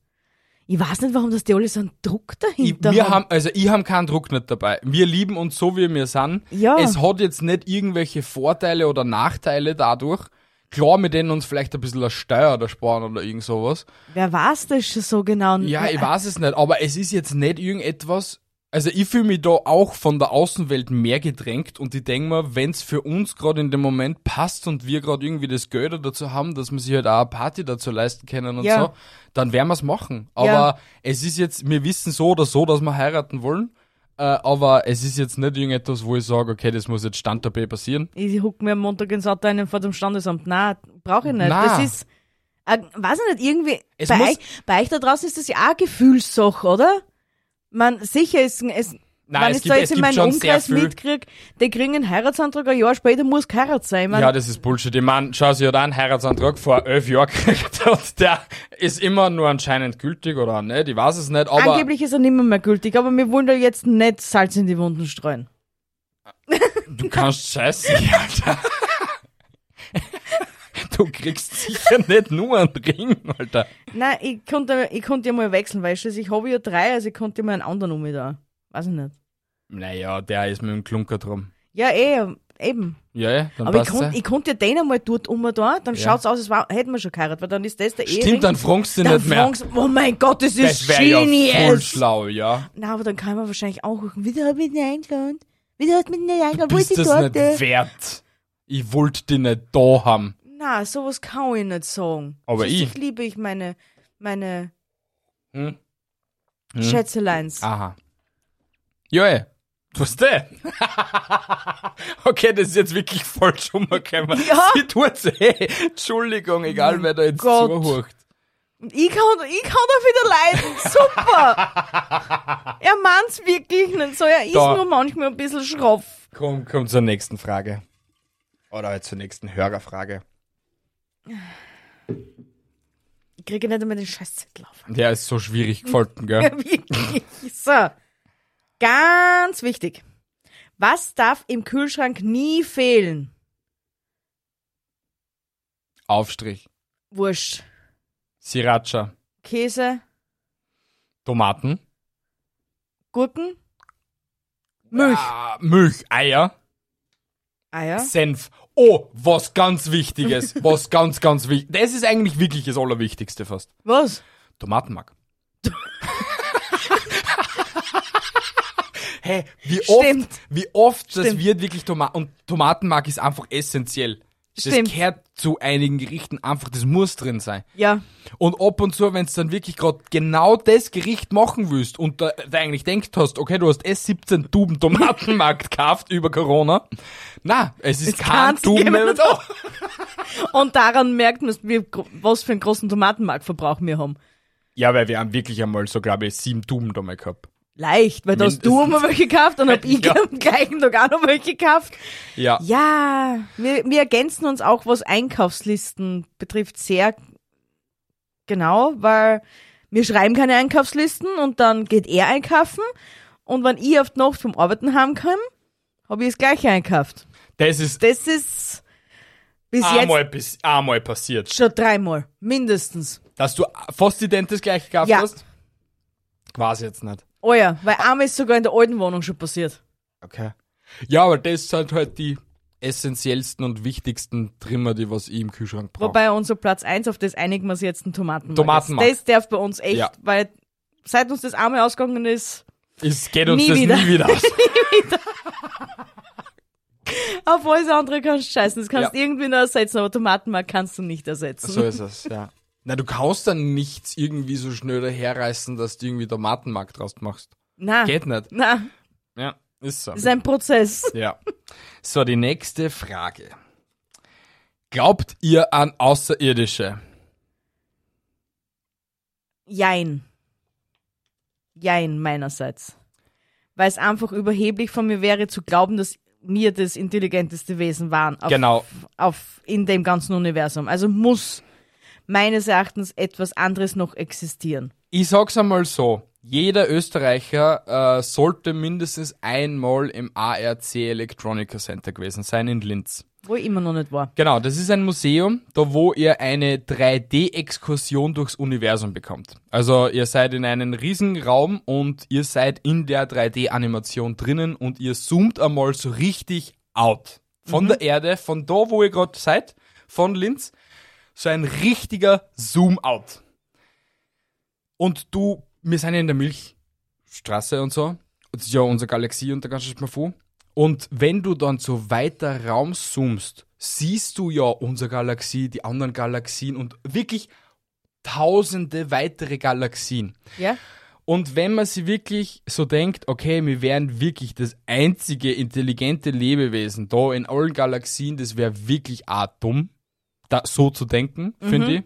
Ich weiß nicht, warum das die alle so einen Druck
Ich,
dahinter
wir haben, also ich habe keinen Druck nicht dabei. Wir lieben uns so, wie wir sind.
Ja.
Es hat jetzt nicht irgendwelche Vorteile oder Nachteile dadurch. Klar, wir denen uns vielleicht ein bisschen eine Steuer oder sparen oder irgend sowas.
Wer weiß das schon so genau?
Ja, ich weiß es nicht, aber es ist jetzt nicht irgendetwas. Also ich fühle mich da auch von der Außenwelt mehr gedrängt und ich denke mir, wenn's für uns gerade in dem Moment passt und wir gerade irgendwie das Geld dazu haben, dass wir sich halt auch eine Party dazu leisten können und
Ja.
so, dann werden wir's machen. Aber
Ja.
es ist jetzt, wir wissen so oder so, dass wir heiraten wollen, äh, aber es ist jetzt nicht irgendetwas, wo ich sage, okay, das muss jetzt Stand dabei passieren.
Ich huck mir am Montag ins Auto einen vor dem Standesamt. Nein, brauche ich nicht.
Nein.
Das ist, äh, weiß ich nicht, irgendwie,
Es
bei
muss-
euch, bei euch da draußen ist das ja auch eine Gefühlssache, oder? Man, sicher ist, es,
Nein,
wenn
es
ich
gibt-
da
es
jetzt in
gibt
meinem
schon sehr
Umkreis
viel-
mitkriege, die kriegen einen Heiratsantrag, ein Jahr später muss geheiratet sein. Ich mein,
ja, das ist Bullshit. Ich meine, schau sie hat einen Heiratsantrag vor elf Jahren gekriegt und der ist immer nur anscheinend gültig oder nicht, ich weiß es nicht, aber...
Angeblich ist er nimmer mehr gültig, aber wir wollen da jetzt nicht Salz in die Wunden streuen.
Du kannst scheißen, Alter. Du kriegst sicher nicht nur einen Ring, Alter.
Nein, ich konnte, ich konnte ja mal wechseln, weißt du? Ich habe ja drei, also ich konnte ja mal einen anderen um da. Weiß ich nicht.
Naja, der ist mit dem Klunker drum.
Ja, eh, eben.
Ja, ja, dann
Aber ich
passt's
konnte,
ja.
ich konnte ja den einmal dort um da, dann
Ja.
schaut's aus, als war, hätten wir schon geheiratet, weil dann ist das der Ehering.
Stimmt, dann fragst du
dann
nicht mehr.
fragst du, oh mein Gott, das ist
Das wäre ja voll
genius.
schlau, ja.
Na, aber dann kann man wahrscheinlich auch rufen, wieder hat mich nicht eingeladen. Wieder hat mich nicht eingeladen.
Du
Wo ist
bist
die
das
Torte?
nicht wert. Ich wollte dich nicht da haben.
Na, sowas kann ich nicht sagen.
Aber
Schließlich
ich.
liebe ich meine, meine
Hm? Ah.
Schätzeleins.
Aha. Joe, tust du? okay, das ist jetzt wirklich voll Schummerkämmer.
Ja. Oh
Sie tut's eh. Entschuldigung, egal wer da jetzt
Gott.
zuhört.
Und ich kann, ich kann da wieder leiden. Super. er meint's wirklich nicht so. Er ist
Da.
nur manchmal ein bisschen schroff.
Komm, komm zur nächsten Frage. Oder halt zur nächsten Hörerfrage.
Ich kriege nicht einmal den Scheißzettel auf.
Der ist so schwierig gefolgt, gell?
Wirklich. So. Ganz wichtig. Was darf im Kühlschrank nie fehlen?
Aufstrich,
Wurst,
Sriracha,
Käse,
Tomaten,
Gurken, Milch,
Ah, Milch, Eier,
Eier.
Senf. Oh, was ganz Wichtiges. Was ganz, ganz Wichtiges. Das ist eigentlich wirklich das Allerwichtigste fast.
Was?
Tomatenmark. hey, wie
Stimmt.
oft, wie oft das
Stimmt.
wird wirklich Tomaten. Und Tomatenmark ist einfach essentiell. Das
Stimmt.
gehört zu einigen Gerichten einfach, das muss drin sein.
Ja.
Und ab und zu, wenn du dann wirklich gerade genau das Gericht machen willst und da, da eigentlich denkt hast, okay, du hast eh 17 Tuben Tomatenmarkt gekauft über Corona. Na, es ist
Es
kein
kann's
Tuben
geben.
mehr da.
Und daran merkt man, wie, gro- was für einen großen Tomatenmarktverbrauch wir haben.
Ja, weil wir haben wirklich einmal so, glaube ich, sieben Tuben da mal gehabt.
Leicht, weil da hast du
Mindestens.
einmal welche gekauft und hab ich
Ja.
am gleichen Tag auch noch welche gekauft.
Ja.
Ja, wir, wir ergänzen uns auch, was Einkaufslisten betrifft, sehr genau, weil wir schreiben keine Einkaufslisten und dann geht er einkaufen und wenn ich auf die Nacht vom Arbeiten heimkomme, habe ich das gleiche einkauft.
Das ist
Das ist bis
einmal, bis, einmal passiert.
jetzt schon dreimal, mindestens.
Dass du fast ident das gleiche gekauft
Ja.
hast? Quasi jetzt nicht.
Oh ja, weil einmal ist sogar in der alten Wohnung schon passiert.
Okay. Ja, aber das sind halt die essentiellsten und wichtigsten Trimmer, die was ich im Kühlschrank brauche.
Wobei unser Platz eins auf das einigen wir uns jetzt einen Tomatenmarkt.
Tomatenmarkt.
Das darf bei uns echt,
Ja.
weil seit uns das einmal ausgegangen ist,
Es geht uns
Nie
das
wieder.
nie wieder aus.
Auf alles andere kannst du scheißen. Das kannst du
Ja.
irgendwie noch ersetzen, aber Tomatenmark kannst du nicht ersetzen.
So ist es, ja. Na, du kannst dann nichts irgendwie so schnell daherreißen, dass du irgendwie Tomatenmark draus machst.
Na,
Geht nicht.
na,
Ja, ist so.
das ist ein Prozess.
Ja. So, die nächste Frage. Glaubt ihr an Außerirdische?
Jein. Jein meinerseits. Weil es einfach überheblich von mir wäre, zu glauben, dass wir das intelligenteste Wesen waren. Auf,
Genau.
Auf, in dem ganzen Universum. Also muss meines Erachtens etwas anderes noch existieren.
Ich sag's einmal so. Jeder Österreicher äh, sollte mindestens einmal im ARC Electronica Center gewesen sein in Linz.
Wo ich immer noch nicht war.
Genau, das ist ein Museum, da wo ihr eine 3D-Exkursion durchs Universum bekommt. Also ihr seid in einen riesigen Raum und ihr seid in der 3D-Animation drinnen und ihr zoomt einmal so richtig out. Von der Erde, von da, wo ihr gerade seid, von Linz, so ein richtiger Zoom-out. Und du, wir sind ja in der Milchstraße und so. Das ist ja unsere Galaxie und der ganze Schmafu. Und wenn du dann so weiter Raum zoomst, siehst du ja unsere Galaxie, die anderen Galaxien und wirklich tausende weitere Galaxien.
Ja?
Und wenn man sich wirklich so denkt, okay, wir wären wirklich das einzige intelligente Lebewesen da in allen Galaxien, das wäre wirklich auch dumm, da, so zu denken, finde ich.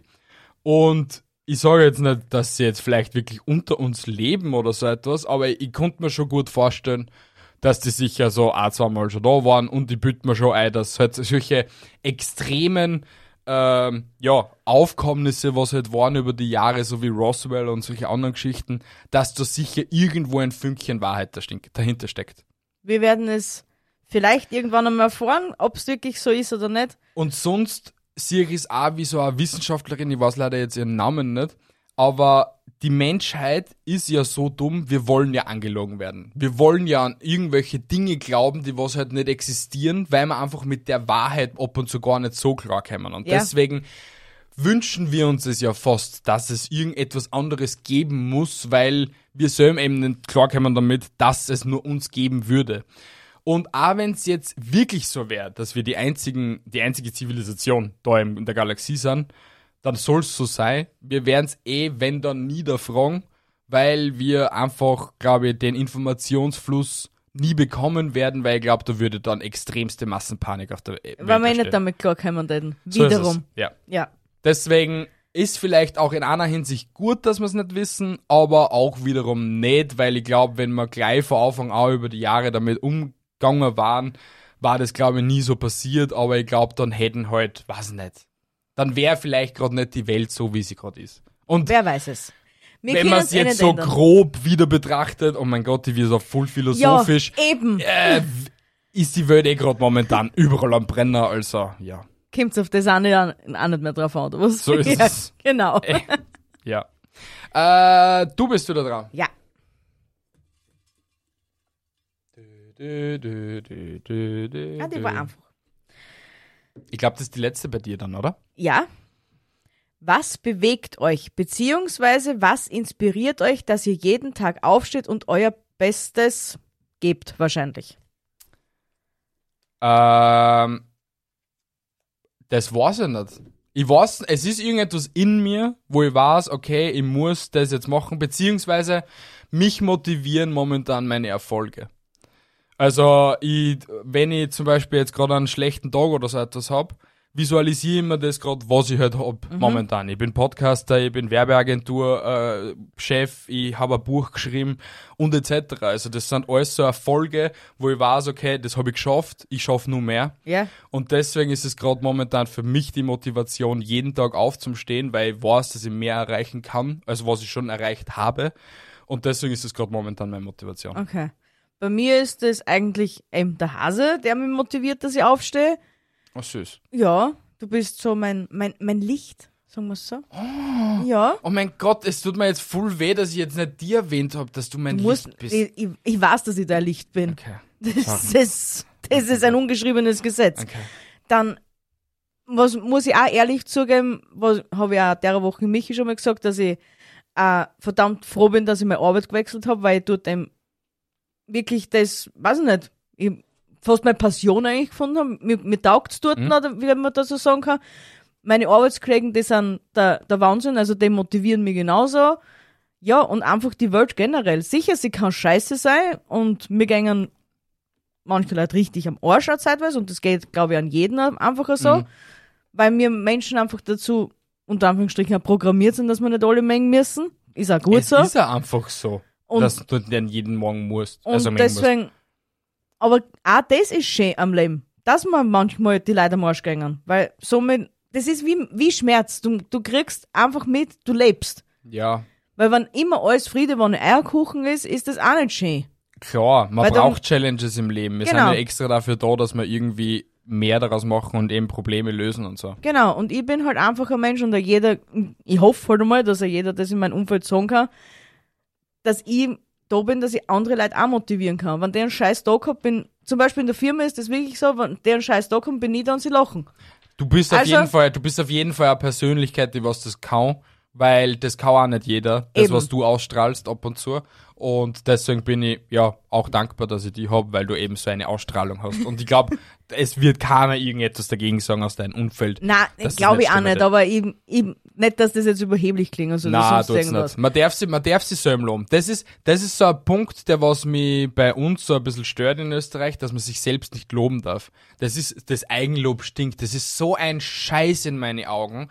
Und ich sage jetzt nicht, dass sie jetzt vielleicht wirklich unter uns leben oder so etwas, aber ich konnte mir schon gut vorstellen, dass die sicher so ein, zweimal schon da waren und ich büte mir schon ein, dass halt solche extremen ähm, ja, Aufkommnisse, was halt waren über die Jahre, so wie Roswell und solche anderen Geschichten, dass da sicher irgendwo ein Fünkchen Wahrheit da stink- dahinter steckt.
Wir werden es vielleicht irgendwann einmal erfahren, ob es wirklich so ist oder nicht.
Und sonst sehe ich es auch wie so eine Wissenschaftlerin, ich weiß leider jetzt ihren Namen nicht, aber die Menschheit ist ja so dumm, wir wollen ja angelogen werden. Wir wollen ja an irgendwelche Dinge glauben, die was halt nicht existieren, weil wir einfach mit der Wahrheit ab und zu gar nicht so klar kommen. Und
Ja.
deswegen wünschen wir uns es ja fast, dass es irgendetwas anderes geben muss, weil wir selber eben nicht klarkommen damit, dass es nur uns geben würde. Und auch wenn es jetzt wirklich so wäre, dass wir die, einzigen, die einzige Zivilisation da im- in der Galaxie sind, dann soll es so sein. Wir werden es eh, wenn dann, niederfragen, weil wir einfach, glaube ich, den Informationsfluss nie bekommen werden, weil ich glaube, da würde dann extremste Massenpanik auf der äh, Welt
Weil wir eh
entstehen.
nicht damit klarkommen hätten.
So ist es.
Wiederum.
Ja.
ja.
Deswegen ist vielleicht auch in einer Hinsicht gut, dass wir es nicht wissen, aber auch wiederum nicht, weil ich glaube, wenn wir gleich vor Anfang auch über die Jahre damit umgegangen waren, war das, glaube ich, nie so passiert, aber ich glaube, dann hätten halt, weiß nicht, dann wäre vielleicht gerade nicht die Welt so, wie sie gerade ist. Und
Wer weiß es? Wir
wenn
können
man es
eh
jetzt
nicht
so
ändern.
grob wieder betrachtet, oh mein Gott, die wird so voll
ja,
philosophisch,
eben.
äh, w- ist die Welt eh gerade momentan überall am Brenner, also ja.
Kommt's auf das eine an- auch nicht mehr drauf an, oder was?
So ist
ja,
es.
Genau.
Ja. Äh, du bist wieder dran.
Ja.
Dö, dö, dö, dö, dö,
ja, Ah, die
dö.
war einfach.
Ich glaube, das ist die letzte bei dir dann, oder?
Ja. Was bewegt euch, beziehungsweise was inspiriert euch, dass ihr jeden Tag aufsteht und euer Bestes gebt, wahrscheinlich?
Ähm, das weiß ich nicht. Ich weiß, es ist irgendetwas in mir, wo ich weiß, okay, ich muss das jetzt machen, beziehungsweise mich motivieren momentan meine Erfolge. Also, ich, wenn ich zum Beispiel jetzt gerade einen schlechten Tag oder so etwas hab, visualisiere ich mir das gerade, was ich halt hab momentan. Ich bin Podcaster, ich bin Werbeagentur, äh, Chef, ich habe ein Buch geschrieben und etc. Also, das sind alles so Erfolge, wo ich weiß, okay, das habe ich geschafft, ich schaffe nur mehr.
Ja.
Und deswegen ist es gerade momentan für mich die Motivation, jeden Tag aufzustehen, weil ich weiß, dass ich mehr erreichen kann, als was ich schon erreicht habe. Und deswegen ist es gerade momentan meine Motivation.
Okay. Bei mir ist es eigentlich eben der Hase, der mich motiviert, dass ich aufstehe.
Oh, süß.
Ja, du bist so mein, mein, mein Licht, sagen wir es so. Ja.
Oh mein Gott, es tut mir jetzt voll weh, dass ich jetzt nicht dir erwähnt habe, dass du mein
Du musst,
Licht bist.
ich, ich, ich weiß, dass ich dein Licht bin.
Okay.
Das ist, das ist ein ungeschriebenes Gesetz.
okay.
Dann was, muss ich auch ehrlich zugeben, was habe ich auch der Woche Michi schon mal gesagt, dass ich äh, verdammt froh bin, dass ich meine Arbeit gewechselt habe, weil ich dort eben wirklich das, weiß ich nicht, ich fast meine Passion eigentlich gefunden habe. Mir, mir taugt's dort,
Mhm.
oder wie man das so sagen kann. Meine Arbeitskollegen, die sind der, der Wahnsinn, also die motivieren mich genauso. Ja, und einfach die Welt generell. Sicher, sie kann scheiße sein und mir gängen manche Leute richtig am Arsch auch zeitweise und das geht, glaube ich, an jeden einfach so,
Mhm.
weil wir Menschen einfach dazu unter Anführungsstrichen auch programmiert sind, dass wir nicht alle mengen müssen. Ist auch gut
es
so.
ist ja einfach so,
und
dass du den jeden Morgen musst.
und
also mengen musst.
deswegen, aber auch das ist schön am Leben, dass man manchmal die Leute am Arsch gängen, weil somit, das ist wie, wie Schmerz. Du, du kriegst einfach mit, du lebst.
Ja,
Weil wenn immer alles Friede, wenn Eierkuchen ist, ist das auch nicht schön.
klar, man
Weil dann-
braucht Challenges im Leben. Wir
Genau.
sind ja extra dafür da, dass wir irgendwie mehr daraus machen und eben Probleme lösen und so.
Genau, und ich bin halt einfach ein Mensch und da jeder, ich hoffe halt einmal, dass er jeder das in meinem Umfeld sagen kann, dass ich da bin, dass ich andere Leute auch motivieren kann. Wenn der einen scheiß Tag hat, bin, zum Beispiel in der Firma ist das wirklich so, wenn der einen scheiß Tag hat, bin ich da und sie lachen.
Du bist auf
Also-
jeden Fall, du bist auf jeden Fall eine Persönlichkeit, die was das kann, weil das kann auch nicht jeder, das
Eben.
was du ausstrahlst ab und zu. Und deswegen bin ich ja auch dankbar, dass ich die hab, weil du eben so eine Ausstrahlung hast. Und ich glaube, es wird keiner irgendetwas dagegen sagen aus deinem Umfeld.
Nein,
das
glaube ich auch
stimmt,
nicht,
Alter.
aber eben, eben, nicht, dass das jetzt überheblich klingt oder so, oder
Na,
sonst
tut's
irgendwas.
nicht. Man darf sie, man darf sie selber loben. Das ist, das ist so ein Punkt, der was mich bei uns so ein bisschen stört in Österreich, dass man sich selbst nicht loben darf. Das ist, das Eigenlob stinkt. Das ist so ein Scheiß in meine Augen.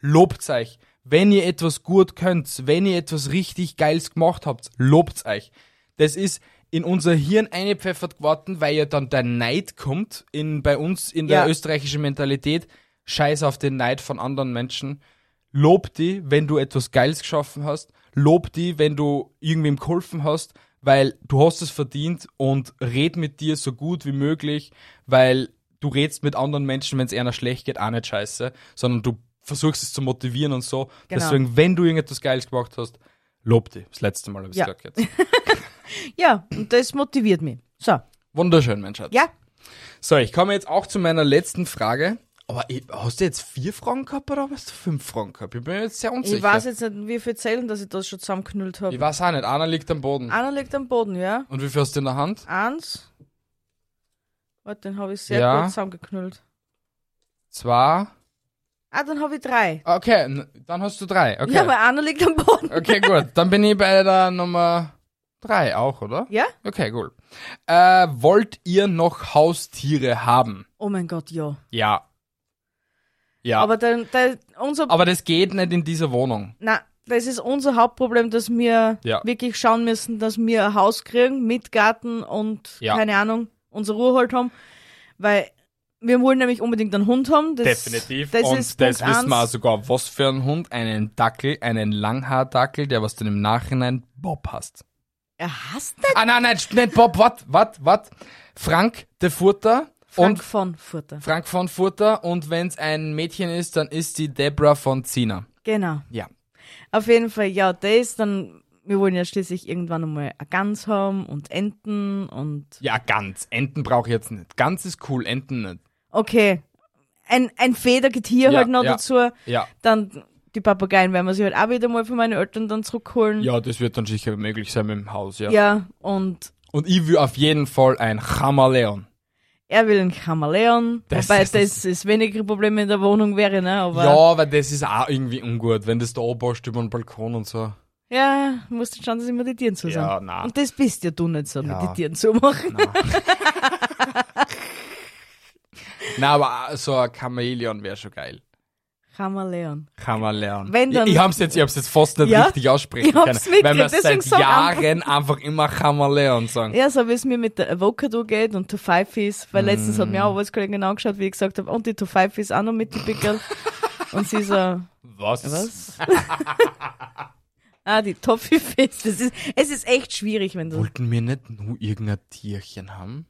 Lobt euch. Wenn ihr etwas gut könnt, wenn ihr etwas richtig Geiles gemacht habt, lobt euch. Das ist in unser Hirn eingepfeffert geworden, weil ja dann der Neid kommt in, bei uns in der
Ja.
österreichischen Mentalität. Scheiß auf den Neid von anderen Menschen lob die, wenn du etwas Geiles geschaffen hast, lob die, wenn du irgendwem geholfen hast, weil du hast es verdient und red mit dir so gut wie möglich, weil du redst mit anderen Menschen, wenn es einer schlecht geht, auch nicht scheiße, sondern du versuchst es zu motivieren und so.
Genau.
Deswegen, wenn du irgendetwas Geiles gemacht hast, lob die. Das letzte Mal habe ich es
Ja.
gesagt jetzt.
Ja, und das motiviert mich. So,
Wunderschön, mein Schatz.
ja,
So, ich komme jetzt auch zu meiner letzten Frage. Aber ich, hast du jetzt vier Fragen gehabt oder hast du fünf Fragen gehabt? Ich bin mir jetzt sehr unsicher.
ich weiß jetzt nicht, wie viel zählen, dass ich das schon zusammenknüllt
Ich
habe.
weiß auch nicht. Einer liegt am Boden.
Einer liegt am Boden, ja?
Und wie viel hast du in der Hand?
Eins. Warte, den habe ich sehr
Ja.
gut zusammengeknüllt.
Zwei,
Ah, dann habe ich drei.
Okay, n- dann hast du drei. Okay.
Ja, weil einer liegt am Boden.
okay, gut. Dann bin ich bei der Nummer drei auch, oder?
Ja?
Okay, cool. Äh, wollt ihr noch Haustiere haben?
Oh mein Gott, ja.
Ja. Ja. Aber,
Aber dann, dann unser
das geht nicht in dieser Wohnung.
Na, das ist unser Hauptproblem, dass wir
Ja.
wirklich schauen müssen, dass wir ein Haus kriegen mit Garten und
Ja.
keine Ahnung, unsere Ruhe halt haben, weil wir wollen nämlich unbedingt einen Hund haben. Das, Das
Und
ist
das
Punkt
wissen wir also auch
eins.
sogar. Was für ein Hund? Einen Dackel, einen Langhaardackel, der was dann im Nachhinein Bob hast.
Er hasst nicht
Ah, nein, nein, nicht Bob, wat, wat, wat? Frank de Furter
Frank
und
von Furter.
Frank von Furter und wenn's ein Mädchen ist, dann ist die Debra von Zina.
Genau.
Ja.
Auf jeden Fall, ja, das, dann, wir wollen ja schließlich irgendwann einmal eine Gans haben und Enten und,
Ja, ganz. Enten brauche ich jetzt nicht. Ganz ist cool, Enten nicht.
okay, ein, ein Federgetier
Ja,
halt noch
ja.
dazu,
Ja.
dann die Papageien werden wir sich halt auch wieder mal von meinen Eltern dann zurückholen.
Ja, das wird dann sicher möglich sein mit dem Haus, ja.
ja und
Und ich will auf jeden Fall ein Chamäleon.
Er will ein Chamäleon,
Das
wobei
ist-
das ist weniger Problem in der Wohnung wäre, ne? Aber
Ja, aber das ist auch irgendwie ungut, wenn das da oberst über den Balkon und so.
ja, musst du schauen, dass immer die Tieren zu sind.
Ja, na.
Und das bist ja du nicht so,
Ja.
mit den Tieren zu machen.
Na, aber so ein Chamäleon wäre schon geil.
Chamäleon.
Chamäleon.
Wenn dann-
ich, ich hab's jetzt, ich hab's jetzt fast nicht
Ja?
richtig aussprechen
Ich
können,
hab's
weil wir
mitgekriegt, deswegen
seit
sag einfach-
Jahren einfach immer Chamäleon sagen.
Ja, so wie es mir mit der Avocado geht und Tofifis, weil letztens hat
Mm.
mir auch was Kollegin angeschaut, wie ich gesagt habe, und die Tofifis auch noch mit die Pickel. und sie so,
Was?
was? ah, die Tofifis. Das ist, es ist echt schwierig, wenn du...
Wollten wir nicht nur irgendein Tierchen haben?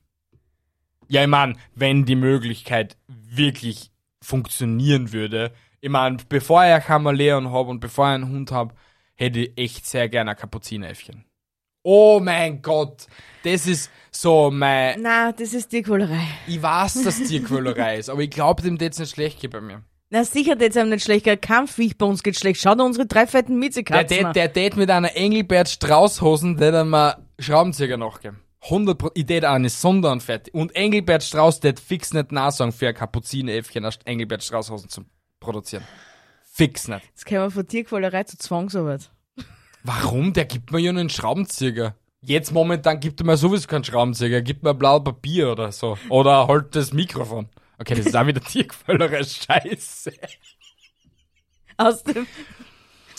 Ja, ich mein, wenn die Möglichkeit wirklich funktionieren würde. Ich mein, bevor ich ein Chamäleon habe und bevor ich einen Hund habe, hätte ich echt sehr gerne ein Kapuzineräffchen. Oh mein Gott, das ist so mein...
Na, das ist die Quälerei.
Ich weiß, dass Tierquälerei ist, aber ich glaube, dem tät's nicht schlecht gehen bei mir.
Na sicher, der ist einem nicht schlecht. Kein Kampfwicht bei uns geht schlecht. Schau dir unsere drei fetten
Der
Miezekatzen
tät,
an.
der tät mit einer Engelbert Strauß-Hosen, der dann mal Schraubenzieher nachgeben. 100 Pro ich tät eine Sonde und fertig. Und Engelbert Strauß tät fix nicht nein sagen für ein Kapuzineräffchen, eine Engelbert Strauß-Hosen zu produzieren. Fix nicht.
Jetzt kämen wir von Tierquälerei zu Zwangsarbeit.
Warum? Der gibt mir ja einen Schraubenzieher. Jetzt momentan gibt er mir sowieso keinen Schraubenzieher. Er gibt mir blaues Papier oder so. Oder halt das Mikrofon. Okay, das ist auch wieder Tierquälerei. Scheiße.
Aus dem...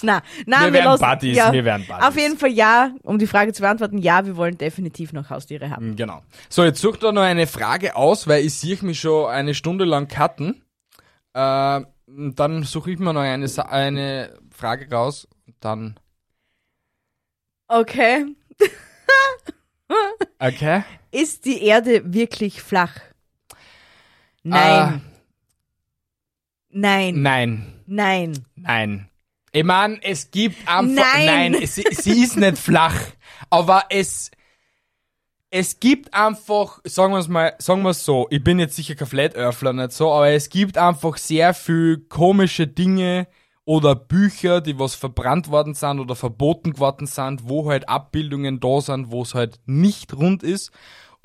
Na, na,
Wir
wir,
werden
lassen,
Buddies,
ja,
wir werden Buddies.
Auf jeden Fall ja, um die Frage zu beantworten, ja, wir wollen definitiv noch Haustiere haben.
Genau. So, jetzt sucht da noch eine Frage aus, weil ich sehe mich schon eine Stunde lang cutten. Äh, und dann suche ich mir noch eine, Sa- eine Frage raus. Dann.
Okay.
Okay.
Ist die Erde wirklich flach?
Ah.
Nein. Nein.
Nein.
Nein.
Nein. Ich meine, es gibt einfach.
Nein.
Nein, sie, sie ist nicht flach. Aber es. Es gibt einfach, sagen wir es mal, sagen wir es so, ich bin jetzt sicher kein Flat-Earthler, nicht so, aber es gibt einfach sehr viel komische Dinge oder Bücher, die was verbrannt worden sind oder verboten geworden sind, wo halt Abbildungen da sind, wo es halt nicht rund ist.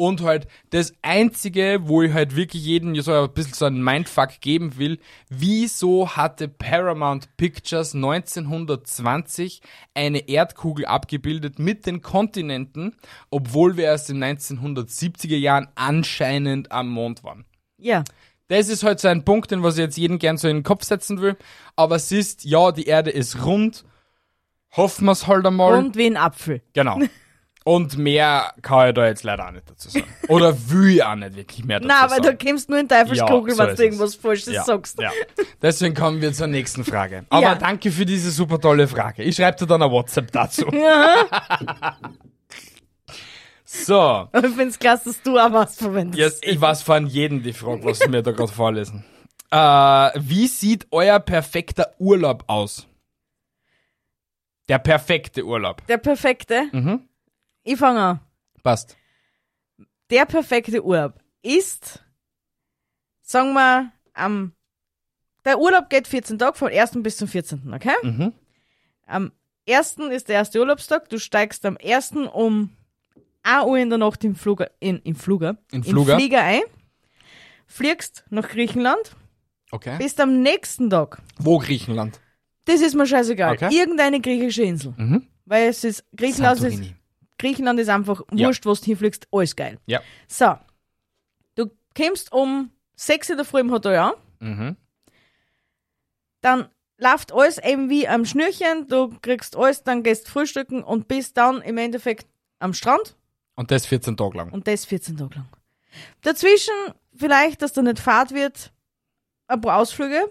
Und halt das Einzige, wo ich halt wirklich jedem so ein bisschen so einen Mindfuck geben will, wieso hatte Paramount Pictures 1920 eine Erdkugel abgebildet mit den Kontinenten, obwohl wir erst in 1970er Jahren anscheinend am Mond waren.
Ja.
Das ist halt so ein Punkt, den was ich jetzt jeden gern so in den Kopf setzen will. Aber es ist, ja, die Erde ist rund. Hoffen wir es halt einmal.
Und wie ein Apfel.
Genau. Und mehr kann ich da jetzt leider auch nicht dazu sagen. Oder will ich auch nicht wirklich mehr dazu
Na, aber
sagen.
du kommst nur in Teufelskugel,
Ja, so ist
wenn du
es.
irgendwas Falsches
ja,
sagst.
Ja. Deswegen kommen wir zur nächsten Frage. Aber
Ja.
danke für diese super tolle Frage. Ich schreibe dir dann ein WhatsApp dazu. so.
Ich finde es klasse, dass du auch was verwendest.
Yes, ich weiß von jedem die Frage, was sie mir da gerade vorlesen. Äh, wie sieht euer perfekter Urlaub aus? Der perfekte Urlaub.
Der perfekte.
Mhm.
Ich fange an.
Passt.
Der perfekte Urlaub ist, sagen wir, am, der Urlaub geht 14 Tage, vom 1. bis zum 14. Okay?
Mhm.
Am 1. ist der erste Urlaubstag. Du steigst am 1. um 1 Uhr in der Nacht im Flieger, in, im Flieger,
In
im
Flieger.
Flieger ein, fliegst nach Griechenland,
Okay.
Bis am nächsten Tag.
Wo Griechenland?
Das ist mir scheißegal.
Okay.
Irgendeine griechische Insel.
Mhm.
Weil es ist, Griechenland ist,
Santorini.
Griechenland ist einfach
Ja.
wurscht, wo du hinfliegst, alles geil.
Ja.
So. Du kommst um 6 Uhr in der Früh im Hotel an,
Mhm.
dann läuft alles eben wie am Schnürchen, du kriegst alles, dann gehst frühstücken und bist dann im Endeffekt am Strand
Und das 14 Tage lang.
und das 14 Tage lang. Dazwischen vielleicht, dass da nicht Fahrt wird, ein paar Ausflüge,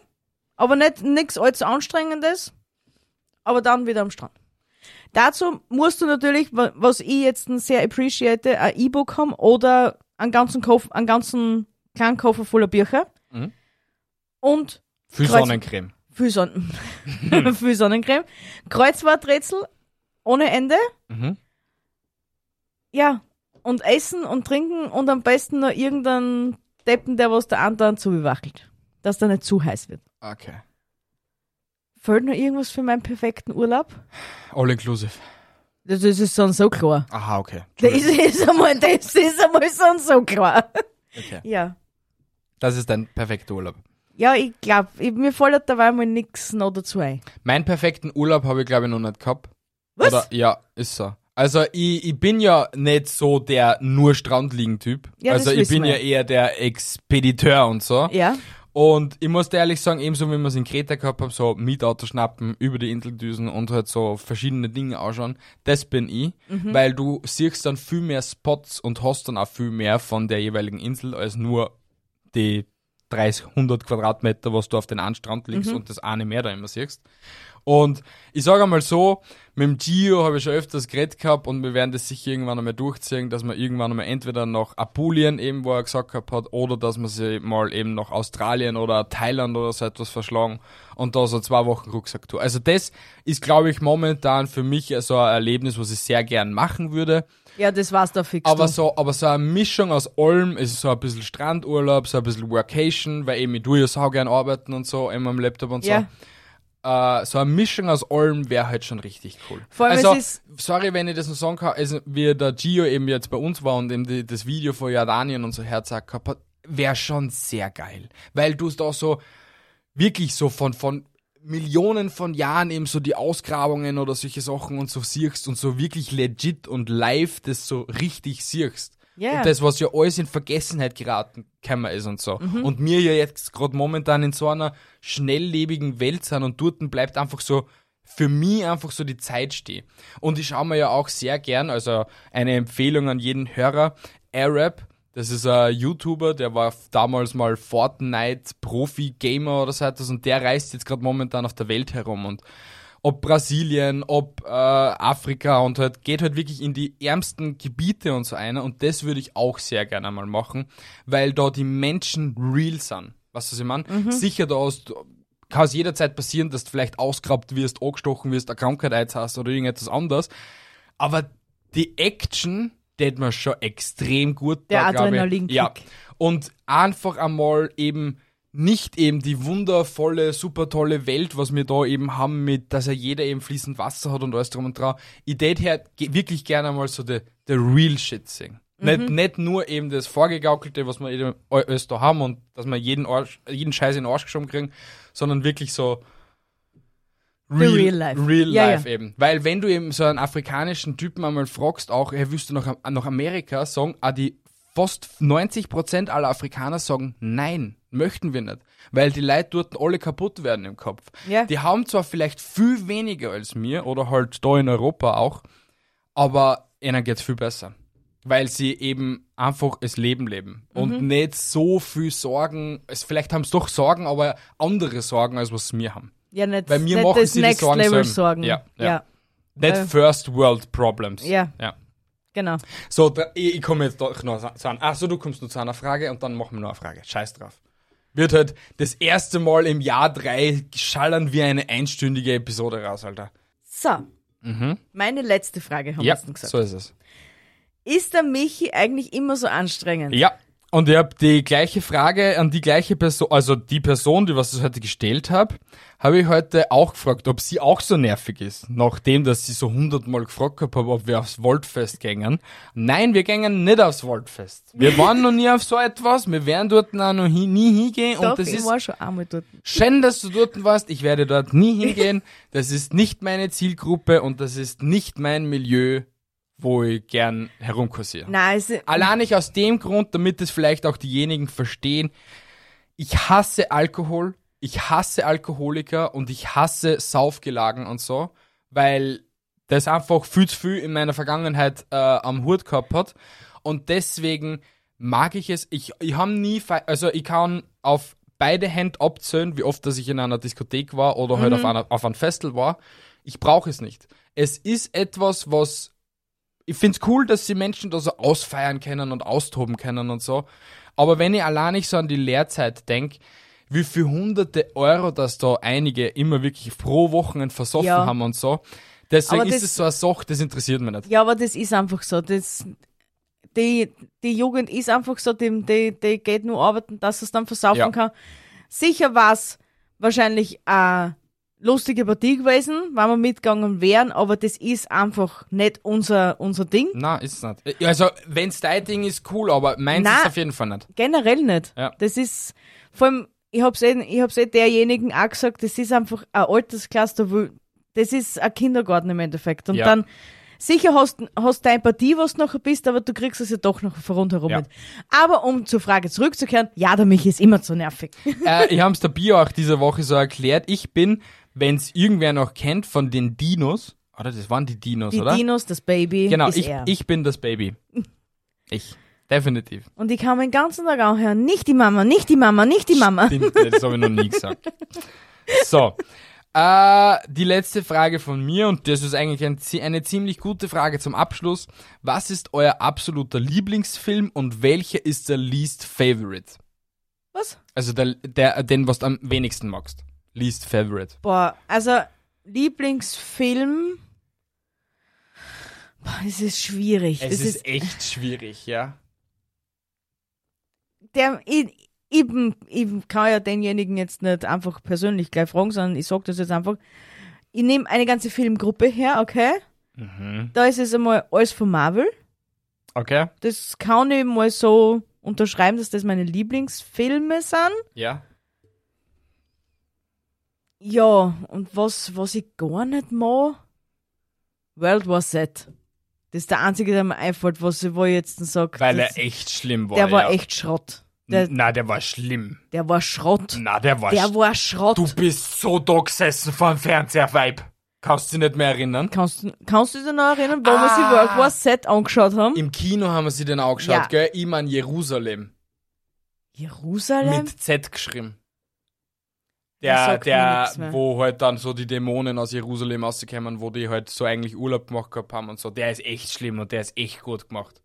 aber nicht nichts allzu anstrengendes, aber dann wieder am Strand. Dazu musst du natürlich, wa- was ich jetzt sehr appreciate, ein E-Book haben oder einen ganzen Koffer, einen ganzen kleinen Koffer voller Bücher
Mhm.
und
Viel
Kreuz-
Sonnencreme.
viel, Son viel Sonnencreme, Kreuzworträtsel ohne Ende,
Mhm.
ja, und essen und trinken und am besten noch irgendeinen Deppen, der was der anderen zubewackelt. Dass der nicht zu heiß wird.
Okay.
Fällt noch irgendwas für meinen perfekten Urlaub?
All inclusive.
Das ist es sonst so klar.
Aha, okay.
Das ist einmal, das ist einmal sonst so klar.
okay.
Ja.
Das ist dein perfekter Urlaub.
Ja, ich glaube, mir fällt halt dabei mal nichts noch dazu ein.
Meinen perfekten Urlaub habe ich glaube ich noch nicht gehabt.
Was?
Oder, ja, ist so. Also ich, ich bin ja nicht so der nur Strandliegen-Typ.
Ja, das
also ich
wissen
bin
wir.
ja eher der Expediteur und so.
ja.
Und ich muss dir ehrlich sagen, ebenso wie wir es in Kreta gehabt haben, so Mietauto schnappen, über die Inseldüsen und halt so verschiedene Dinge anschauen, das bin ich. Weil du siehst dann viel mehr Spots und hast dann auch viel mehr von der jeweiligen Insel als nur die 30, 100 Quadratmeter, was du auf den einen Strand liegst und das eine Meer da immer siehst. Und ich sage einmal so, mit dem Gio habe ich schon öfters geredet gehabt und wir werden das sicher irgendwann einmal durchziehen, dass man irgendwann einmal entweder nach Apulien eben, wo er gesagt gehabt hat, oder dass man sich mal eben nach Australien oder Thailand oder so etwas verschlagen und da so zwei Wochen Rucksacktour. Also das ist, glaube ich, momentan für mich so ein Erlebnis, was ich sehr gern machen würde.
Ja, das war's da fix.
Aber
du.
so, aber so eine Mischung aus allem, es ist so ein bisschen Strandurlaub, so ein bisschen Workation, weil eben ich tue ja sau gern arbeiten und so, eben am Laptop und
Ja.
so. Äh, so eine Mischung aus allem wäre halt schon richtig cool.
Vor allem,
also,
es
sorry, wenn ich das noch sagen kann, also, wie der Gio eben jetzt bei uns war und eben die, das Video von Jordanien und so herzackt gehabt hat, wäre schon sehr geil. Weil du es da so, wirklich so von, von Millionen von Jahren eben so die Ausgrabungen oder solche Sachen und so siehst und so wirklich legit und live das so richtig siehst.
Ja.
Und das, was ja alles in Vergessenheit geraten kämmer ist und so. Und wir ja jetzt gerade momentan in so einer schnelllebigen Welt sind und dort bleibt einfach so für mich einfach so die Zeit stehen. Und ich schaue mir ja auch sehr gern, also eine Empfehlung an jeden Hörer, Arab, das ist ein YouTuber, der war f- damals mal Fortnite-Profi-Gamer oder so etwas und der reist jetzt gerade momentan auf der Welt herum und ob Brasilien, ob äh, Afrika und halt geht halt wirklich in die ärmsten Gebiete und so einer und das würde ich auch sehr gerne mal machen, weil da die Menschen real sind. Weißt du, was ich meine? Sicher, da hast, kann es jederzeit passieren, dass du vielleicht ausgeraubt wirst, angestochen wirst, eine Krankheit eins hast oder irgendetwas anderes, aber die Action, die hat man schon extrem gut
Der
glaub ich.
Adrenalinkick.
Ja. Und einfach einmal eben nicht eben die wundervolle, super tolle Welt, was wir da eben haben, mit dass ja jeder eben fließend Wasser hat und alles drum und dran. Ich tät her ge- wirklich gerne mal so the, the real shit singen.
Mhm.
Nicht, nicht nur eben das Vorgegaukelte, was wir eben alles da haben und dass wir jeden, Arsch, jeden Scheiß in den Arsch geschoben kriegen, sondern wirklich so
The real life.
Real
Ja,
life eben. Weil wenn du eben so einen afrikanischen Typen einmal fragst, auch, hey, willst du nach, nach Amerika sagen, ah, die fast 90% aller Afrikaner sagen, nein, möchten wir nicht. Weil die Leute dort alle kaputt werden im Kopf.
Ja.
Die haben zwar vielleicht viel weniger als mir oder halt da in Europa auch, aber ihnen geht's viel besser. Weil sie eben einfach das Leben leben und
Mhm.
nicht so viel Sorgen, es, vielleicht haben sie doch Sorgen, aber andere Sorgen, als was wir haben.
ja, nicht,
bei mir
nicht
machen
das
sie die
Next
Sorgen selber.
Level Sorgen.
Ja, ja.
ja,
Nicht
Äh.
First World Problems.
Ja.
ja.
genau.
So, da, ich, ich komme jetzt doch noch zu einer. Achso, du kommst nur zu einer Frage und dann machen wir noch eine Frage. Scheiß drauf. Wird halt das erste Mal im Jahr drei schallern wir eine einstündige Episode raus, Alter.
So. Meine letzte Frage haben wir
Mhm. Ja,
jetzt noch gesagt.
so ist es.
Ist der Michi eigentlich immer so anstrengend?
Ja, Und ich habe die gleiche Frage an die gleiche Person, also die Person, die was ich heute gestellt habe, habe ich heute auch gefragt, ob sie auch so nervig ist, nachdem, dass sie so hundertmal gefragt habe, ob wir aufs Waldfest gängen. Nein, wir gängen nicht aufs Waldfest. Wir waren noch nie auf so etwas, wir werden dort auch noch hin, nie hingehen
Doch,
und das
ich
ist
war schon einmal dort.
Schön, dass du dort warst. Ich werde dort nie hingehen. Das ist nicht meine Zielgruppe und das ist nicht mein Milieu, wo ich gern herumkursiere.
Nein, es,
Allein nicht aus dem Grund, damit es vielleicht auch diejenigen verstehen. Ich hasse Alkohol, ich hasse Alkoholiker und ich hasse Saufgelagen und so, weil das einfach viel zu viel in meiner Vergangenheit äh, am Hut gehabt hat. Und deswegen mag ich es. Ich, ich habe nie, fe- also ich kann auf beide Hände abzählen, wie oft, dass ich in einer Diskothek war oder
Mhm.
halt auf, einer, auf einem Festel war. Ich brauche es nicht. Es ist etwas, was ich find's cool, dass die Menschen da so ausfeiern können und austoben können und so. Aber wenn ich allein nicht so an die Lehrzeit denk, wie viel hunderte Euro das da einige immer wirklich pro Wochenende versoffen
Ja.
haben und so. Deswegen
Aber
ist
das-
es so eine Sache, das interessiert mich nicht.
ja, aber das ist einfach so. Das, die, die Jugend ist einfach so, die, die, die geht nur arbeiten, dass es dann versaufen
Ja.
kann. Sicher war's wahrscheinlich eine lustige Partie gewesen, wenn wir mitgegangen wären, aber das ist einfach nicht unser, unser Ding.
Na, ist es nicht. Also, wenn's dein Ding ist, cool, aber meins
Na.
ist auf jeden Fall nicht.
Generell nicht.
Ja.
Das ist vor allem, ich hab's eh, ich hab's eh derjenigen auch gesagt, das ist einfach eine Altersklasse, da will, das ist ein Kindergarten im Endeffekt. Und
Ja.
dann sicher hast hast deine Partie, was du nachher bist, aber du kriegst es ja doch noch von rundherum
Ja.
mit. Aber um zur Frage zurückzukehren, ja, der Michi ist immer zu nervig.
äh, ich hab's der Bio auch diese Woche so erklärt. Ich bin, wenn's irgendwer noch kennt, von den Dinos, oder das waren die Dinos,
Die
oder?
Dinos, das Baby,
genau,
ist
ich,
er.
ich bin das Baby. Ich. Definitiv.
Und ich kann meinen ganzen Tag auch hören, nicht die Mama, nicht die Mama, nicht die Mama.
Stimmt, das habe ich noch nie gesagt. So. Äh, die letzte Frage von mir, und das ist eigentlich ein, zie- eine ziemlich gute Frage zum Abschluss. Was ist euer absoluter Lieblingsfilm und welcher ist der least favorite?
Was?
Also der, der, den, was du am wenigsten magst. Least favorite.
Boah, also Lieblingsfilm. Boah, es ist schwierig.
Es
Es
ist
ist,
echt schwierig, ja.
der, ich, eben, eben kann ja denjenigen jetzt nicht einfach persönlich gleich fragen, sondern ich sag das jetzt einfach. Ich nehme eine ganze Filmgruppe her, okay?
Mhm.
Da ist es einmal alles von Marvel.
Okay.
Das kann ich mal so unterschreiben, dass das meine Lieblingsfilme sind.
Ja.
Ja, und was, was ich gar nicht mag, World War Z. Das ist der einzige, der mir einfällt, was ich, wo ich jetzt sage.
Weil er echt schlimm war.
der war
ja.
echt Schrott. Der,
Na, der war schlimm.
der war Schrott.
Na, der war
Der war Schrott.
Du bist so da gesessen vom Fernseher, Weib. Kannst du dich nicht mehr erinnern?
Kannst, du- kannst du dich noch erinnern, wo wir sie
Ah.
World War Z angeschaut haben?
Im Kino haben wir sie den angeschaut,
Ja.
gell? Ich mein Jerusalem.
Jerusalem?
Mit Z geschrieben.
Das
Der,
sagt mir
der,
nix mehr.
wo halt dann so die Dämonen aus Jerusalem rauskommen, wo die halt so eigentlich Urlaub gemacht gehabt haben und so. Der ist echt schlimm und der ist echt gut gemacht.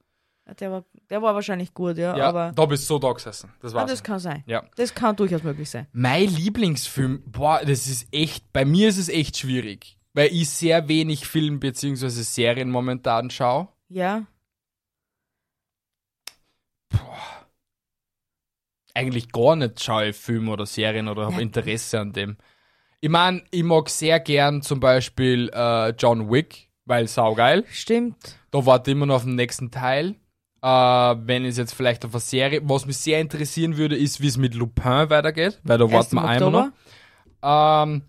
Der, war, der war wahrscheinlich gut, ja.
Ja,
aber
da bist du so da gesessen. Das
ah,
war's.
das kann sein.
ja.
Das kann durchaus möglich sein.
Mein Lieblingsfilm, boah, das ist echt, bei mir ist es echt schwierig, weil ich sehr wenig Film bzw. Serien momentan schaue.
Ja.
eigentlich gar nicht schaue ich Filme oder Serien oder habe Interesse an dem. Ich meine, ich mag sehr gern zum Beispiel äh, John Wick, weil saugeil.
Stimmt.
Da warte ich immer noch auf den nächsten Teil. Äh, wenn es jetzt vielleicht auf eine Serie, was mich sehr interessieren würde, ist, wie es mit Lupin weitergeht, weil da warten wir einmal noch. Ähm,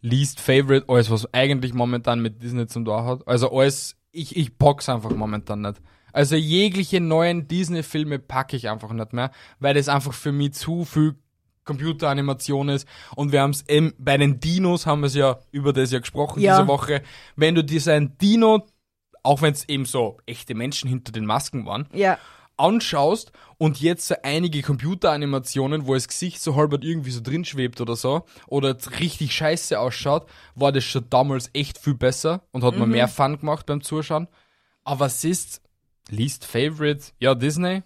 least favorite, alles, was eigentlich momentan mit Disney zum Tor hat. Also alles, ich, ich pack's einfach momentan nicht. Also jegliche neuen Disney-Filme packe ich einfach nicht mehr, weil das einfach für mich zu viel Computeranimation ist. Und wir haben's eben, bei den Dinos haben wir es ja über das ja gesprochen
Ja.
diese Woche. Wenn du dir so ein Dino, auch wenn es eben so echte Menschen hinter den Masken waren,
Ja.
anschaust und jetzt so einige Computeranimationen, wo das Gesicht so halbert irgendwie so drin schwebt oder so oder jetzt richtig scheiße ausschaut, war das schon damals echt viel besser und hat mir mehr Fun gemacht beim Zuschauen. Aber es ist least favorite, ja Disney.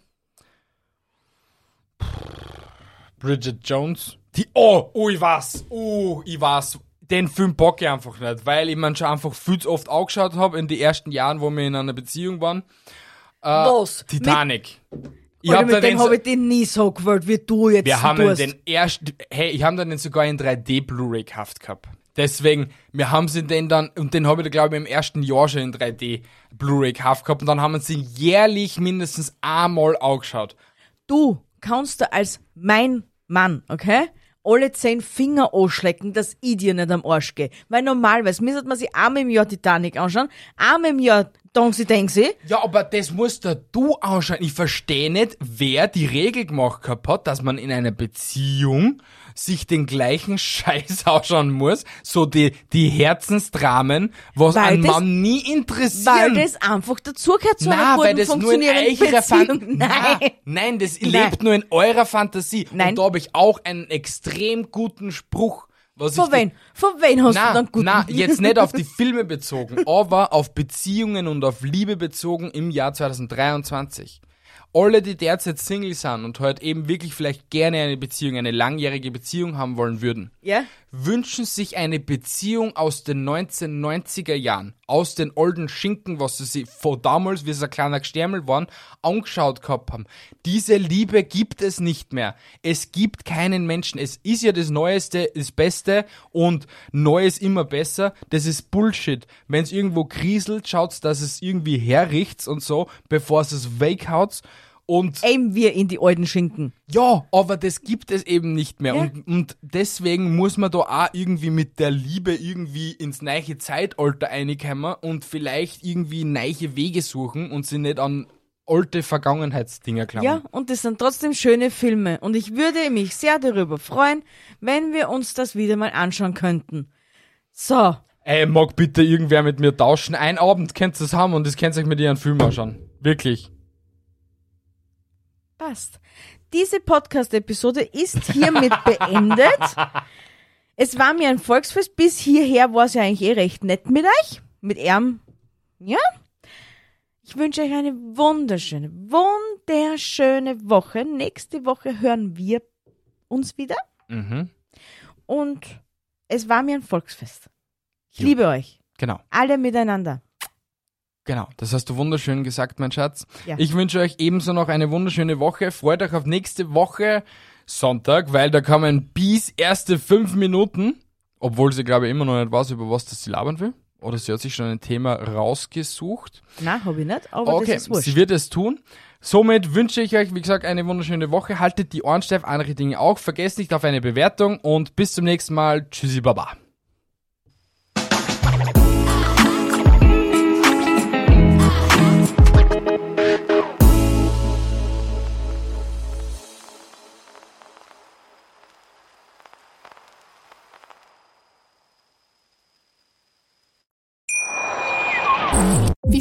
Bridget Jones. Die oh, oh, ich weiß. Oh, ich weiß. Den Film bock ich einfach nicht, weil ich man schon einfach viel zu oft angeschaut habe in den ersten Jahren, wo wir in einer Beziehung waren.
Was?
Titanic. Äh, Ich hab
Alter,
da
mit
den,
dem habe ich den nie so gewollt, wie du jetzt
wir haben
tust.
den erst, hey, ich habe den sogar in 3D Blu-ray gekauft gehabt. Deswegen, wir haben sie den dann, und den habe ich, glaube ich, im ersten Jahr schon in 3D Blu-ray gekauft gehabt, und dann haben wir sie jährlich mindestens einmal angeschaut.
du kannst du als mein Mann, okay? Alle zehn Finger anschlecken, dass ich dir nicht am Arsch gehe. Weil normalerweise müsste man sich einmal im Jahr Titanic anschauen, einmal im Jahr Dongsi Dengsi.
Ja, aber das musst da du anschauen. Ich verstehe nicht, wer die Regel gemacht gehabt hat, dass man in einer Beziehung sich den gleichen Scheiß anschauen muss, so die, die Herzensdramen, was
Weil
einen
das-
Mann nie
Weil
interessieren.
das einfach dazugehört zu einer
Nein,
guten
weil das nur in
funktionierenden
eurer Fantasie.
Beziehung. Nein.
nein, das
Nein.
lebt nur in eurer Fantasie. Und
Nein.
da habe ich auch einen extrem guten Spruch. Was ich
Von
dir-
wen? Von wen hast du
na,
dann guten?
na, jetzt nicht auf die Filme bezogen, aber auf Beziehungen und auf Liebe bezogen im Jahr 2023. Alle, die derzeit Single sind und heute eben wirklich vielleicht gerne eine Beziehung, eine langjährige Beziehung haben wollen würden,
Ja?
wünschen sich eine Beziehung aus den 1990er Jahren, aus den alten Schinken, was sie sich vor damals, wie sie ein kleiner Gstermel waren, angeschaut gehabt haben. Diese Liebe gibt es nicht mehr. Es gibt keinen Menschen. Es ist ja das Neueste, das Beste und Neues immer besser. Das ist Bullshit. Wenn es irgendwo kriselt, schaut's, dass es irgendwie herrichts und so, bevor es es weghaut. Und
Eben wir in die alten Schinken.
ja, aber das gibt es eben nicht mehr.
Ja.
Und, und deswegen muss man da auch irgendwie mit der Liebe irgendwie ins neiche Zeitalter einkommen und vielleicht irgendwie neiche Wege suchen und sie nicht an alte Vergangenheitsdinger
Ja,
klammern.
und das sind trotzdem schöne Filme. Und ich würde mich sehr darüber freuen, wenn wir uns das wieder mal anschauen könnten. So.
Ey, mag bitte irgendwer mit mir tauschen. Ein Abend könnt ihr es haben und das könnt ihr euch mit ihren Film anschauen. Wirklich.
Passt. Diese Podcast-Episode ist hiermit beendet. Es war mir ein Volksfest. Bis hierher war es ja eigentlich eh recht nett mit euch. Mit Erm. Ja? Ich wünsche euch eine wunderschöne, wunderschöne Woche. Nächste Woche hören wir uns wieder.
Mhm.
Und es war mir ein Volksfest. Ich
Jo.
liebe euch.
Genau,
Alle miteinander.
genau. Das hast du wunderschön gesagt, mein Schatz.
Ja.
Ich wünsche euch ebenso noch eine wunderschöne Woche. Freut euch auf nächste Woche Sonntag, weil da kommen Bies erste fünf Minuten. Obwohl sie, glaube ich, immer noch nicht weiß, über was das sie labern will. Oder sie hat sich schon ein Thema rausgesucht.
Na, habe ich nicht, aber
okay,
das ist wurscht.
sie wird es tun. Somit wünsche ich euch, wie gesagt, eine wunderschöne Woche. Haltet die Ohren steif, andere Dinge auch. Vergesst nicht auf eine Bewertung und bis zum nächsten Mal. Tschüssi, Baba.
Wie